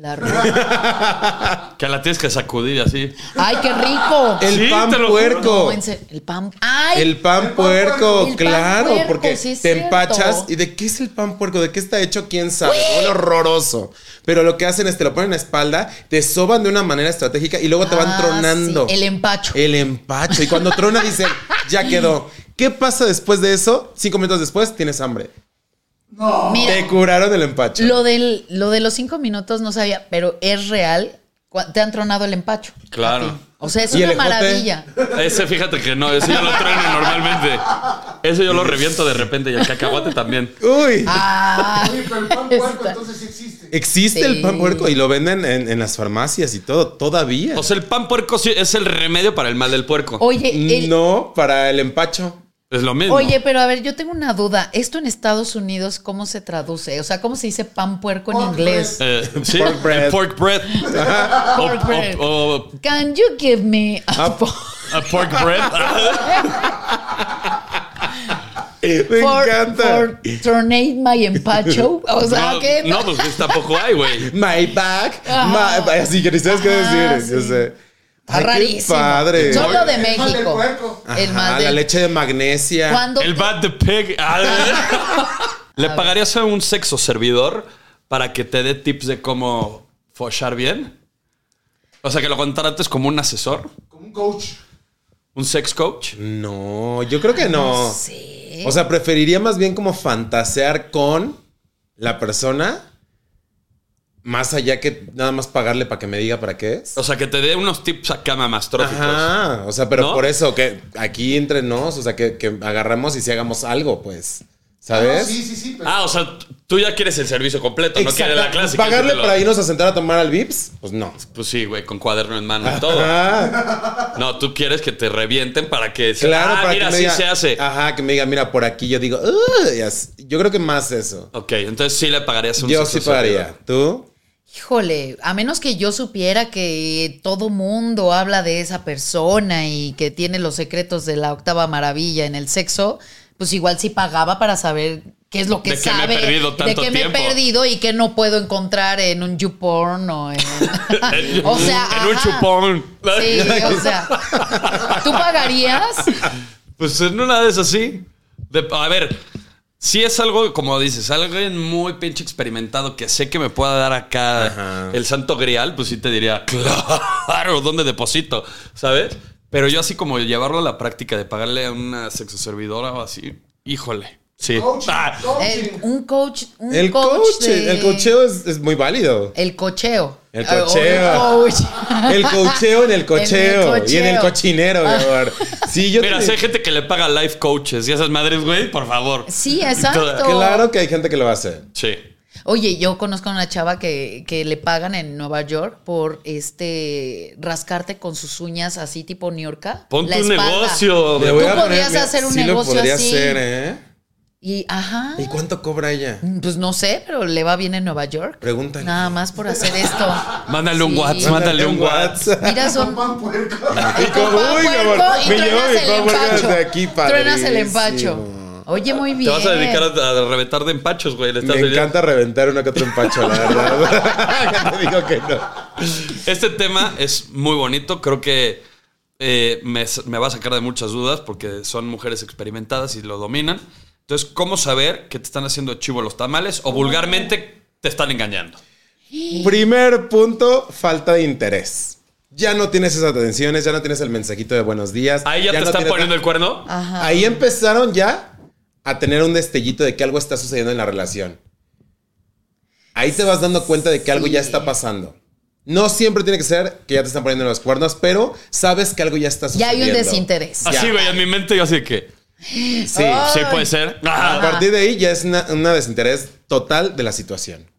La ruda. Que la tienes que sacudir así. ¡Ay, qué rico! El Sí, pan te lo juro. puerco. No, en serio, el pan. ¡Ay! El pan puerco, El pan claro, puerco, porque sí es te cierto. empachas. ¿Y de qué es el pan puerco? ¿De qué está hecho? ¿Quién sabe? Huele horroroso. Pero lo que hacen es te lo ponen en la espalda, te soban de una manera estratégica y luego te van Ah, tronando. sí, el empacho. El empacho. Y cuando trona dicen, ya quedó. ¿Qué pasa después de eso? Cinco minutos después tienes hambre. Mira, Te curaron el empacho. lo, del, lo de los cinco minutos no sabía, pero es real. Cu- Te han tronado el empacho. Claro. A ti. O sea, es ¿Y el ejote? una maravilla. Ese, fíjate que no, ese yo lo trueno normalmente. Ese yo lo reviento de repente y el cacahuate también. Uy. Ah, Oye, pero el pan puerco entonces sí existe. Existe el pan puerco y lo venden en, en las farmacias y todo, todavía. O sea, el pan puerco sí es el remedio para el mal del puerco. oye, Eh, el- no para el empacho. Es lo mismo. oye, pero a ver, yo tengo una duda. ¿Esto en Estados Unidos cómo se traduce? O sea, ¿cómo se dice pan puerco en Pork inglés? Eh, sí, Pork bread. el pork bread. Ah, O- Pork bread. o- o Can you give me a Ah, po- A pork bread. Me Eh, for- encanta. for tronate my empacho? O sea, no, ¿qué? no, pues tampoco hay, güey. My back. Ajá. my- así que ni sabes qué Ajá, decir. Yo sí. sé. Está Ay, qué Ah, rarísimo. padre. Solo de El pan del México. puerco. El Ajá, más la del- leche de magnesia. Cuando El te- bad the pig. Ah. ¿Le pagarías a un sexo servidor para que te dé tips de cómo fochar bien? O sea, que lo contrates como un asesor, Como un coach. un sex coach. No, yo creo que no. O sea, preferiría más bien como fantasear con la persona. Más allá que nada más pagarle para que me diga para qué es. O sea, que te dé unos tips acá mamastróficos. Ajá. O sea, pero ¿No? por eso que aquí entre nos, o sea, que, que agarramos y si hagamos algo, pues. ¿Sabes? No, sí, sí, sí. Pero Ah, o sea, tú ya quieres el servicio completo, no quieres la Exacto. clase. ¿Pagarle quieres que te lo- para irnos a sentar a tomar al Vips? Pues no. Pues sí, güey, con cuaderno en mano y todo. Ah. No, tú quieres que te revienten para que... Claro, ah, para mira, que así me diga- ah. se hace. Ajá, que me diga, mira, por aquí yo digo, "Ugh", y así. yo creo que más eso. Ok, entonces sí le pagarías a un Yo sexo sí pagaría. servidor. ¿Tú? Híjole, a menos que yo supiera que todo mundo habla de esa persona y que tiene los secretos de la octava maravilla en el sexo, pues igual sí pagaba para saber qué es lo que De qué me he sabe, perdido tanto de qué me he tiempo. perdido y qué no puedo encontrar en un YouPorn o en, En- o sea, en un ajá. chupón. Sí, o sea, ¿tú pagarías? Pues en una de esas sí. De- a ver, si es algo, como dices, alguien muy pinche experimentado que sé que me pueda dar acá el santo grial, pues sí te diría, claro, ¿dónde deposito? ¿Sabes? Pero yo así como llevarlo a la práctica de pagarle a una sexoservidora o así, híjole. Sí. coaching, Ah, El- coaching. Eh, un coach, un El coach coach, de- Oh, el cocheo es, es muy válido. el cocheo, El O- o cocheo. coach. El cocheo en el cocheo. En el Y en el cocheo. Ah. cochinero, mi amor. Sí, yo mira, te- si hay gente que le paga life coaches y esas madres, güey, por favor. Sí, exacto. Claro que hay gente que lo hace. Sí. Oye, yo conozco a una chava que, que le pagan en Nueva York por este rascarte con sus uñas así tipo niorca. Ponte la un espalda. negocio. Le de- voy- Tú podrías mira, hacer un sí negocio lo podría así. hacer, ¿eh? Y ajá. ¿Y cuánto cobra ella? Pues no sé, pero le va bien en Nueva York. Pregúntale. Nada más por hacer esto. Mándale un Sí. WhatsApp, mándale un WhatsApp. Mira, son. Pan puerco. Y Y como, uy, mi amor, y me llevo truenas mi el pan puerco empacho. desde aquí, truenas el empacho. padrísimo. Oye, muy bien. Te vas a dedicar a, a reventar de empachos, güey. Le estás Me vendiendo- encanta reventar una que otro empacho, la verdad. Ya te digo que no. Este tema es muy bonito. Creo que eh, me, me va a sacar de muchas dudas porque son mujeres experimentadas y lo dominan. Entonces, ¿cómo saber que te están haciendo chivo los tamales o vulgarmente te están engañando? Primer punto, falta de interés. Ya no tienes esas atenciones, ya no tienes el mensajito de buenos días. Ahí ya, te no están tienes poniendo na- el cuerno. Ah, Ahí empezaron ya a tener un destellito de que algo está sucediendo en la relación. Ahí te vas dando cuenta de que algo ya está pasando. No siempre tiene que ser que ya te están poniendo los cuernos, pero sabes que algo ya está Ya sucediendo. hay un desinterés. Oh. Ya. Así, güey, en mi mente yo así de que Sí. sí puede ser. A Ah, partir de ahí ya es una- un desinterés total de la situación.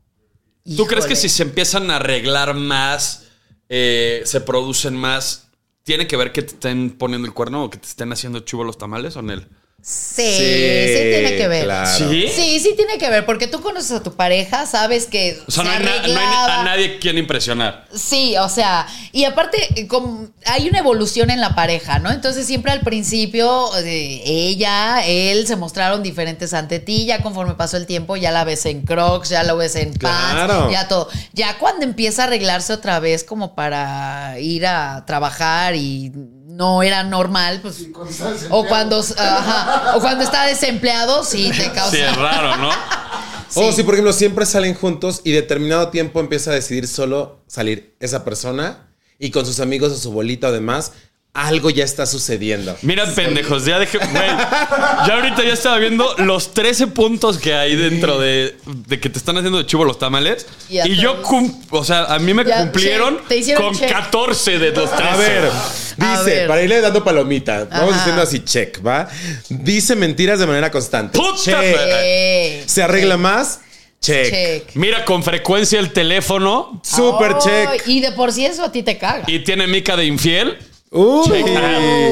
¿Tú crees que Híjole. si se empiezan a arreglar más, eh, se producen más, tiene que ver que te estén poniendo el cuerno o que te estén haciendo chivo los tamales o en el? Sí, sí, tiene que ver. claro. Sí, sí tiene que ver, porque tú conoces a tu pareja, sabes que O sea, no hay, na- no hay arreglaba. a nadie quien impresionar. Sí, o sea, y aparte eh, com- hay una evolución en la pareja, ¿no? Entonces siempre al principio eh, ella, él se mostraron diferentes ante ti, ya conforme pasó el tiempo ya la ves en Crocs, ya la ves en pants, Claro. ya todo. Ya cuando empieza a arreglarse otra vez como para ir a trabajar y no era normal, pues Cuando estás o empleado. cuando ajá, o cuando está desempleado sí te causa Sí, es raro, ¿no? O Sí. si, Oh, por ejemplo, siempre salen juntos y determinado tiempo empieza a decidir solo salir esa persona y con sus amigos o su bolita o demás, algo ya está sucediendo. Mira, pendejos, ya dejé. güey, ya ahorita ya estaba viendo los 13 puntos que hay dentro de, de que te están haciendo de chivo los tamales. Y Y, a yo, todos. cum- o sea, a mí me Ya, cumplieron check, te hicieron con check. 14 de los 13. A ver, A dice, ver. para irle dando palomita, vamos Ajá. haciendo así check, ¿va? Dice mentiras de manera constante. Puta Check. madre. Eh, Se arregla más, check. check. Mira con frecuencia el teléfono Super Ay, check. Y de por sí eso a ti te caga. y tiene mica de infiel. Uy. Check.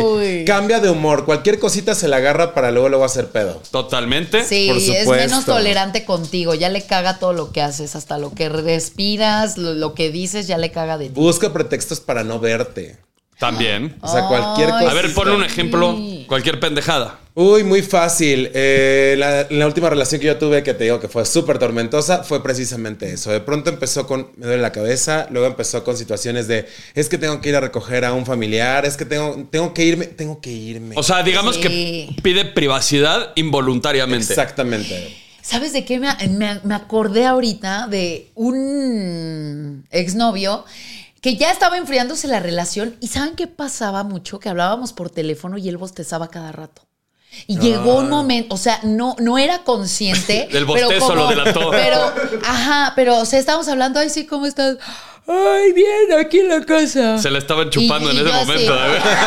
Uy. Cambia de humor, cualquier cosita se la agarra para luego luego hacer pedo. Totalmente. Sí, Por es supuesto. menos tolerante contigo, ya le caga todo lo que haces, hasta lo que respiras, lo, lo que dices, ya le caga de ti. Busca pretextos para no verte. También. O sea, cualquier Ay, cosa. A ver, ponle un ejemplo. Sí. Cualquier pendejada. Uy, muy fácil. Eh, la, la última relación que yo tuve, que te digo que fue súper tormentosa, fue precisamente eso. De pronto empezó con me duele la cabeza, luego empezó con situaciones de es que tengo que ir a recoger a un familiar, es que tengo, tengo que irme, tengo que irme. O sea, digamos Sí. que pide privacidad involuntariamente. Exactamente. ¿Sabes de qué? Me, me- me acordé ahorita de un exnovio que ya estaba enfriándose la relación y ¿saben qué pasaba mucho? Que hablábamos por teléfono y él bostezaba cada rato. Y llegó Ah. un momento, o sea, no, no era consciente. El pero bostezo lo delató. Pero, ajá, pero, o sea, estábamos hablando, ay, sí, ¿cómo estás? Ay, bien, aquí en la casa. Se la estaban chupando Y- y en ese yo así. momento.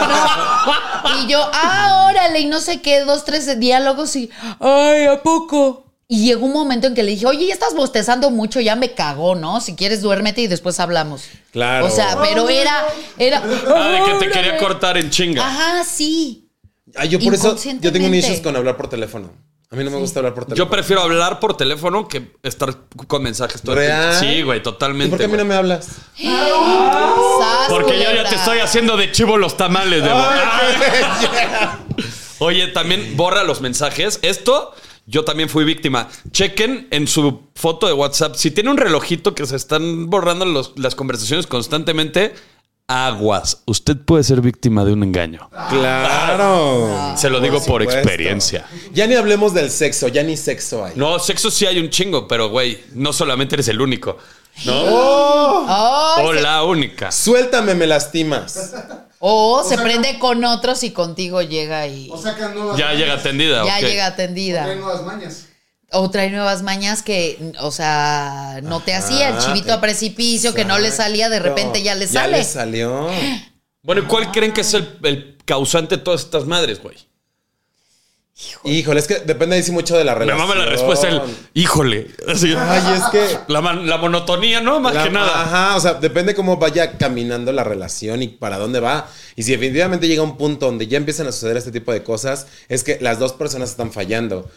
Y yo, ah, órale, y no sé qué, dos, tres diálogos y, ay, ¿a poco? Y llegó un momento en que le dije, oye, ya estás bostezando mucho, ya me cagó, ¿no? Si quieres, duérmete y después hablamos. Claro. O sea, pero era, era. Ah, de que te quería órale. cortar en chinga. Ajá, sí. Ay, yo por eso yo tengo un Inconscientemente. issues con hablar por teléfono. A mí no me gusta hablar por teléfono. Yo prefiero hablar por teléfono que estar con mensajes todo el ¿Real? tiempo. Sí, güey, totalmente. ¿Y por qué a mí güey. no me hablas? Sas, Porque yo ya culebra. te estoy haciendo de chivo los tamales, de Oye, también borra los mensajes. Esto yo también fui víctima. Chequen en su foto de WhatsApp. Si tiene un relojito que se están borrando los- las conversaciones constantemente, aguas. Usted puede ser víctima de un engaño. Claro. se lo digo por supuesto. experiencia. Ya ni hablemos del sexo, ya ni sexo hay. No, sexo sí hay un chingo, pero güey, no solamente eres el único. Ay, O la única. Suéltame, me lastimas. O, se sea, prende con otros y contigo llega y O sacan nuevas Ya llega mañas. atendida. ya ok. llega O atendida. traen nuevas mañas. O trae nuevas mañas que, o sea, no te hacía el chivito a precipicio, que no le salía, de repente ya le Ya sale. le salió. Ah. Bueno, ¿y cuál creen que es el, el causante de todas estas madres, güey? Híjole, es que depende ahí sí mucho de la Me relación. mama la respuesta el híjole. Así, Ay, es que. la, man- la monotonía, ¿no? Más la- que nada. Ajá, o sea, depende cómo vaya caminando la relación y para dónde va. Y si definitivamente llega un punto donde ya empiezan a suceder este tipo de cosas, es que las dos personas están fallando.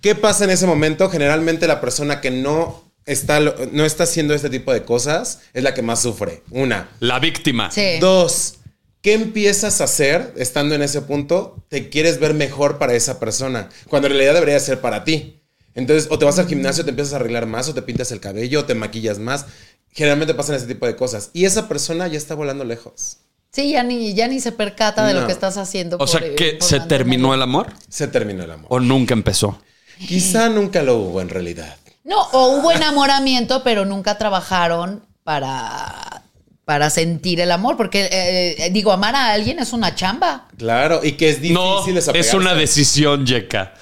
¿Qué pasa en ese momento? Generalmente la persona que no está, lo- no está haciendo este tipo de cosas es la que más sufre. Una. La víctima. Sí. Dos, ¿qué empiezas a hacer estando en ese punto? Te quieres ver mejor para esa persona, cuando en realidad debería ser para ti. Entonces, o te vas al gimnasio, te empiezas a arreglar más, o te pintas el cabello, o te maquillas más. Generalmente pasan ese tipo de cosas. Y esa persona ya está volando lejos. Sí, ya ni, ya ni se percata de lo No. que estás haciendo. O sea, por- que por se mandarme- terminó el amor Se terminó el amor. o nunca empezó. Quizá nunca lo hubo en realidad. No, o hubo enamoramiento, pero nunca trabajaron para, para sentir el amor. Porque, eh, eh, digo, amar a alguien es una chamba. Claro, y que es No, difícil es desapegarse. una decisión, Yeka.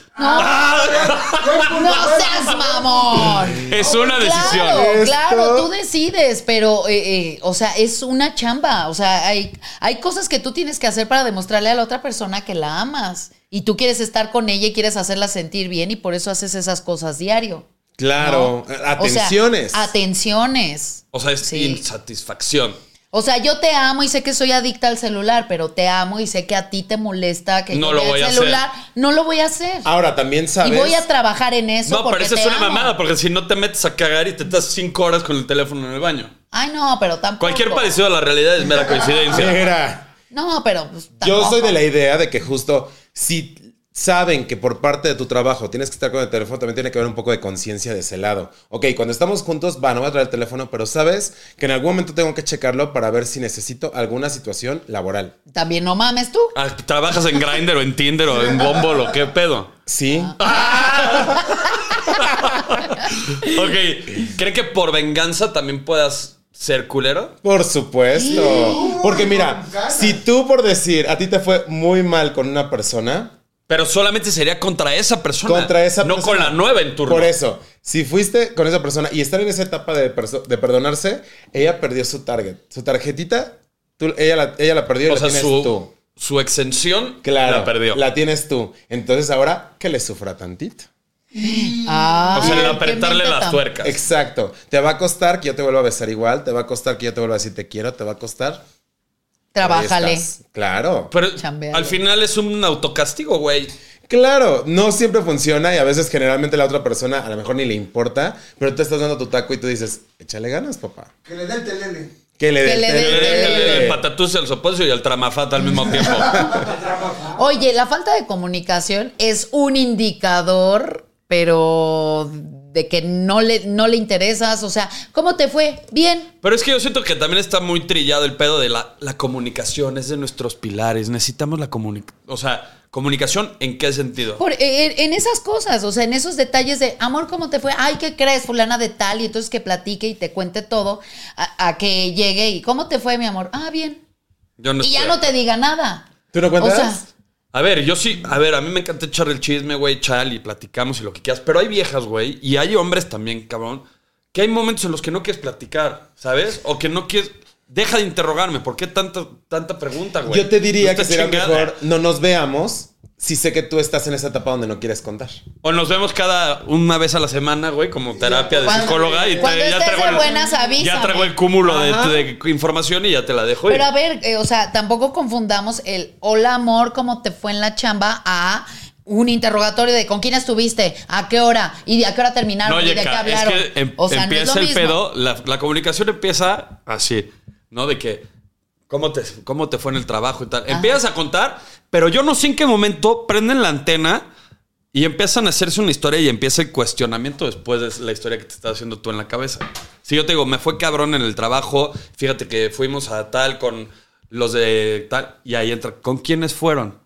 ¡No seas mamón! Es una Claro, decisión. Esto- claro, tú decides, pero, eh, eh, o sea, es una chamba. O sea, hay, hay cosas que tú tienes que hacer para demostrarle a la otra persona que la amas. Y tú quieres estar con ella y quieres hacerla sentir bien y por eso haces esas cosas diario. Claro, ¿no? atenciones. O sea, atenciones. eh, O sea, es Sí. insatisfacción. O sea, yo te amo y sé que soy adicta al celular, pero te amo y sé que a ti te molesta que No yo lo vea el voy a hacer. Ah, celular. No lo voy a hacer. Ahora también sabes. y voy a trabajar en eso. No, pero porque eso te es una amo. mamada, porque si no te metes a cagar y te estás cinco horas con el teléfono en el baño. Ay, no, pero tampoco. Cualquier parecido a la realidad es mera coincidencia. Mira. No, pero pues, Yo tampoco. soy de la idea de que justo si saben que por parte de tu trabajo tienes que estar con el teléfono, también tiene que haber un poco de conciencia de ese lado. Ok, cuando estamos juntos, va, no voy a traer el teléfono, pero sabes que en algún momento tengo que checarlo para ver si necesito alguna situación laboral. También no mames tú. Ah, ¿Trabajas en Grindr o en Tinder o en Bumble o qué pedo? Sí. Ok, ¿creen que por venganza también puedas ser culero? Por supuesto. Porque mira, si tú por decir a ti te fue muy mal con una persona, Pero solamente sería contra esa persona. Contra esa no persona. con la nueva en turno. Por eso, si fuiste con esa persona y estar en esa etapa de, perso- de perdonarse, ella perdió su target. Su tarjetita, tú- ella, la, ella la perdió y O la sea, tienes su, tú. su exención Claro. la perdió. La tienes tú. Entonces ahora que le sufra tantito. Ah, o sea, el qué apretarle mente las tan- tuercas. Exacto. Te va a costar que yo te vuelva a besar igual, te va a costar que yo te vuelva a decir te quiero, te va a costar. Ahí Trabájale. estás. Claro. Pero Chambeale. al final es un autocastigo, güey. Claro, no siempre funciona y a veces generalmente la otra persona a lo mejor ni le importa, pero te estás dando tu taco y tú dices, échale ganas, papá. Que le dé el telele. Que le Que dé el le dé el tele. El patatús, el soponcio y el tramafata al mismo tiempo. Oye, la falta de comunicación es un indicador, pero de que no le, no le interesas. O sea, ¿cómo te fue? Bien. Pero es que yo siento que también está muy trillado el pedo de la, la comunicación, es de nuestros pilares. Necesitamos la comunicación. O sea, comunicación en qué sentido. Por- en, en esas cosas, o sea, en esos detalles de amor, ¿cómo te fue? Ay, ¿qué crees? Fulana de tal, y entonces que platique y te cuente todo a, a que llegue y ¿cómo te fue, mi amor? Ah, bien. Yo no Y ya estoy- no te diga nada. ¿Tú no cuentas? O sea, A ver, yo sí, a ver, a mí me encanta echar el chisme, güey, chal, y platicamos y lo que quieras. Pero hay viejas, güey, y hay hombres también, cabrón, que hay momentos en los que no quieres platicar, ¿sabes? O que no quieres. Deja de interrogarme, ¿por qué tanta, tanta pregunta, güey? Yo te diría No que estés sería chingada. mejor no nos veamos si sé que tú estás en esa etapa donde no quieres contar. O nos vemos cada una vez a la semana, güey, como terapia de Cuando- psicóloga. Y te- cuando estés de buenas, ya avísame. traigo el cúmulo de, de información y ya te la dejo. ir. Pero a ver, eh, o sea, tampoco confundamos el hola amor, cómo te fue en la chamba a un interrogatorio de con quién estuviste, a qué hora y a qué hora terminaron no, y de qué Yeka, es hablaron. que em- o sea, no es empieza lo el mismo. pedo, la, la comunicación empieza así, ¿no? De que, ¿cómo te, ¿cómo te fue en el trabajo y tal? Empiezas a contar, pero yo no sé en qué momento prenden la antena y empiezan a hacerse una historia y empieza el cuestionamiento después de la historia que te estás haciendo tú en la cabeza. Si yo te digo, me fue cabrón en el trabajo, fíjate que fuimos a tal con los de tal, y ahí entra, ¿con quiénes fueron?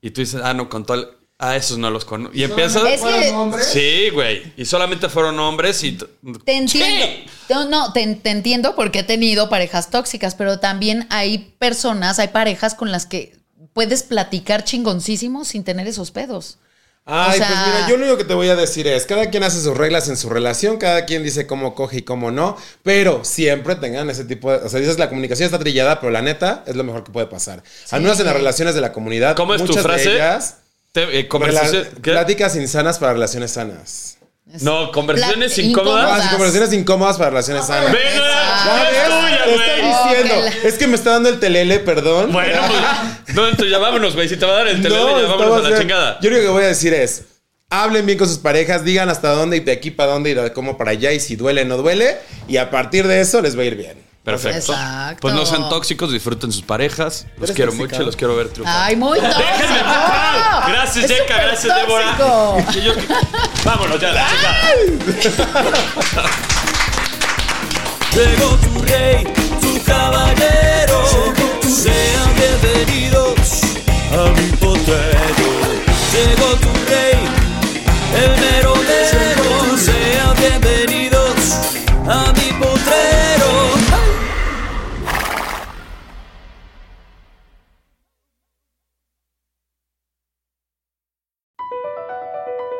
Y tú dices, ah, no, con tal, ah, esos no los conozco. Y empiezas... Es que- Sí, güey. Y solamente fueron hombres y. t- Te entiendo. Sí. No, no, te, te entiendo porque he tenido parejas tóxicas, pero también hay personas, hay parejas con las que puedes platicar chingoncísimo sin tener esos pedos. Ay, O sea- pues mira, yo lo único que te voy a decir es, cada quien hace sus reglas en su relación, cada quien dice cómo coge y cómo no, pero siempre tengan ese tipo de... O sea, dices, la comunicación está trillada, pero la neta es lo mejor que puede pasar. Al menos en las relaciones de la comunidad. ¿Cómo es tu muchas de frase? ellas- te- eh, conversaciones. Rela- ¿qué? Pláticas insanas para relaciones sanas. No, conversaciones Plat- Ah, incómodas. sí, Todas. conversaciones incómodas para relaciones sanas. Venga, Ah, ya es tuya, Te estoy güey. Oh, diciendo. que la- Es que me está dando el telele, perdón. Bueno, pues, no, entonces ya vámonos, güey. Si te va a dar el teléfono, ya estamos vámonos a la bien. chingada. Yo lo que voy a decir es, hablen bien con sus parejas, digan hasta dónde y de aquí para dónde y de cómo para allá y si duele o no duele y a partir de eso les va a ir bien. Perfecto. Exacto. Pues no sean tóxicos, disfruten sus parejas. Los ¿Eres quiero tóxica? mucho y los quiero ver triunfar. Ay, muy tóxico. Déjenme en paz. Gracias, Es Yeka. súper Gracias, Débora. tóxico. Y yo- Vámonos ya, la chingada. Llegó tu rey, tu caballero. Sean bienvenidos a mi potrero. Llegó tu rey, el merodero. Sean bienvenidos a mi potrero.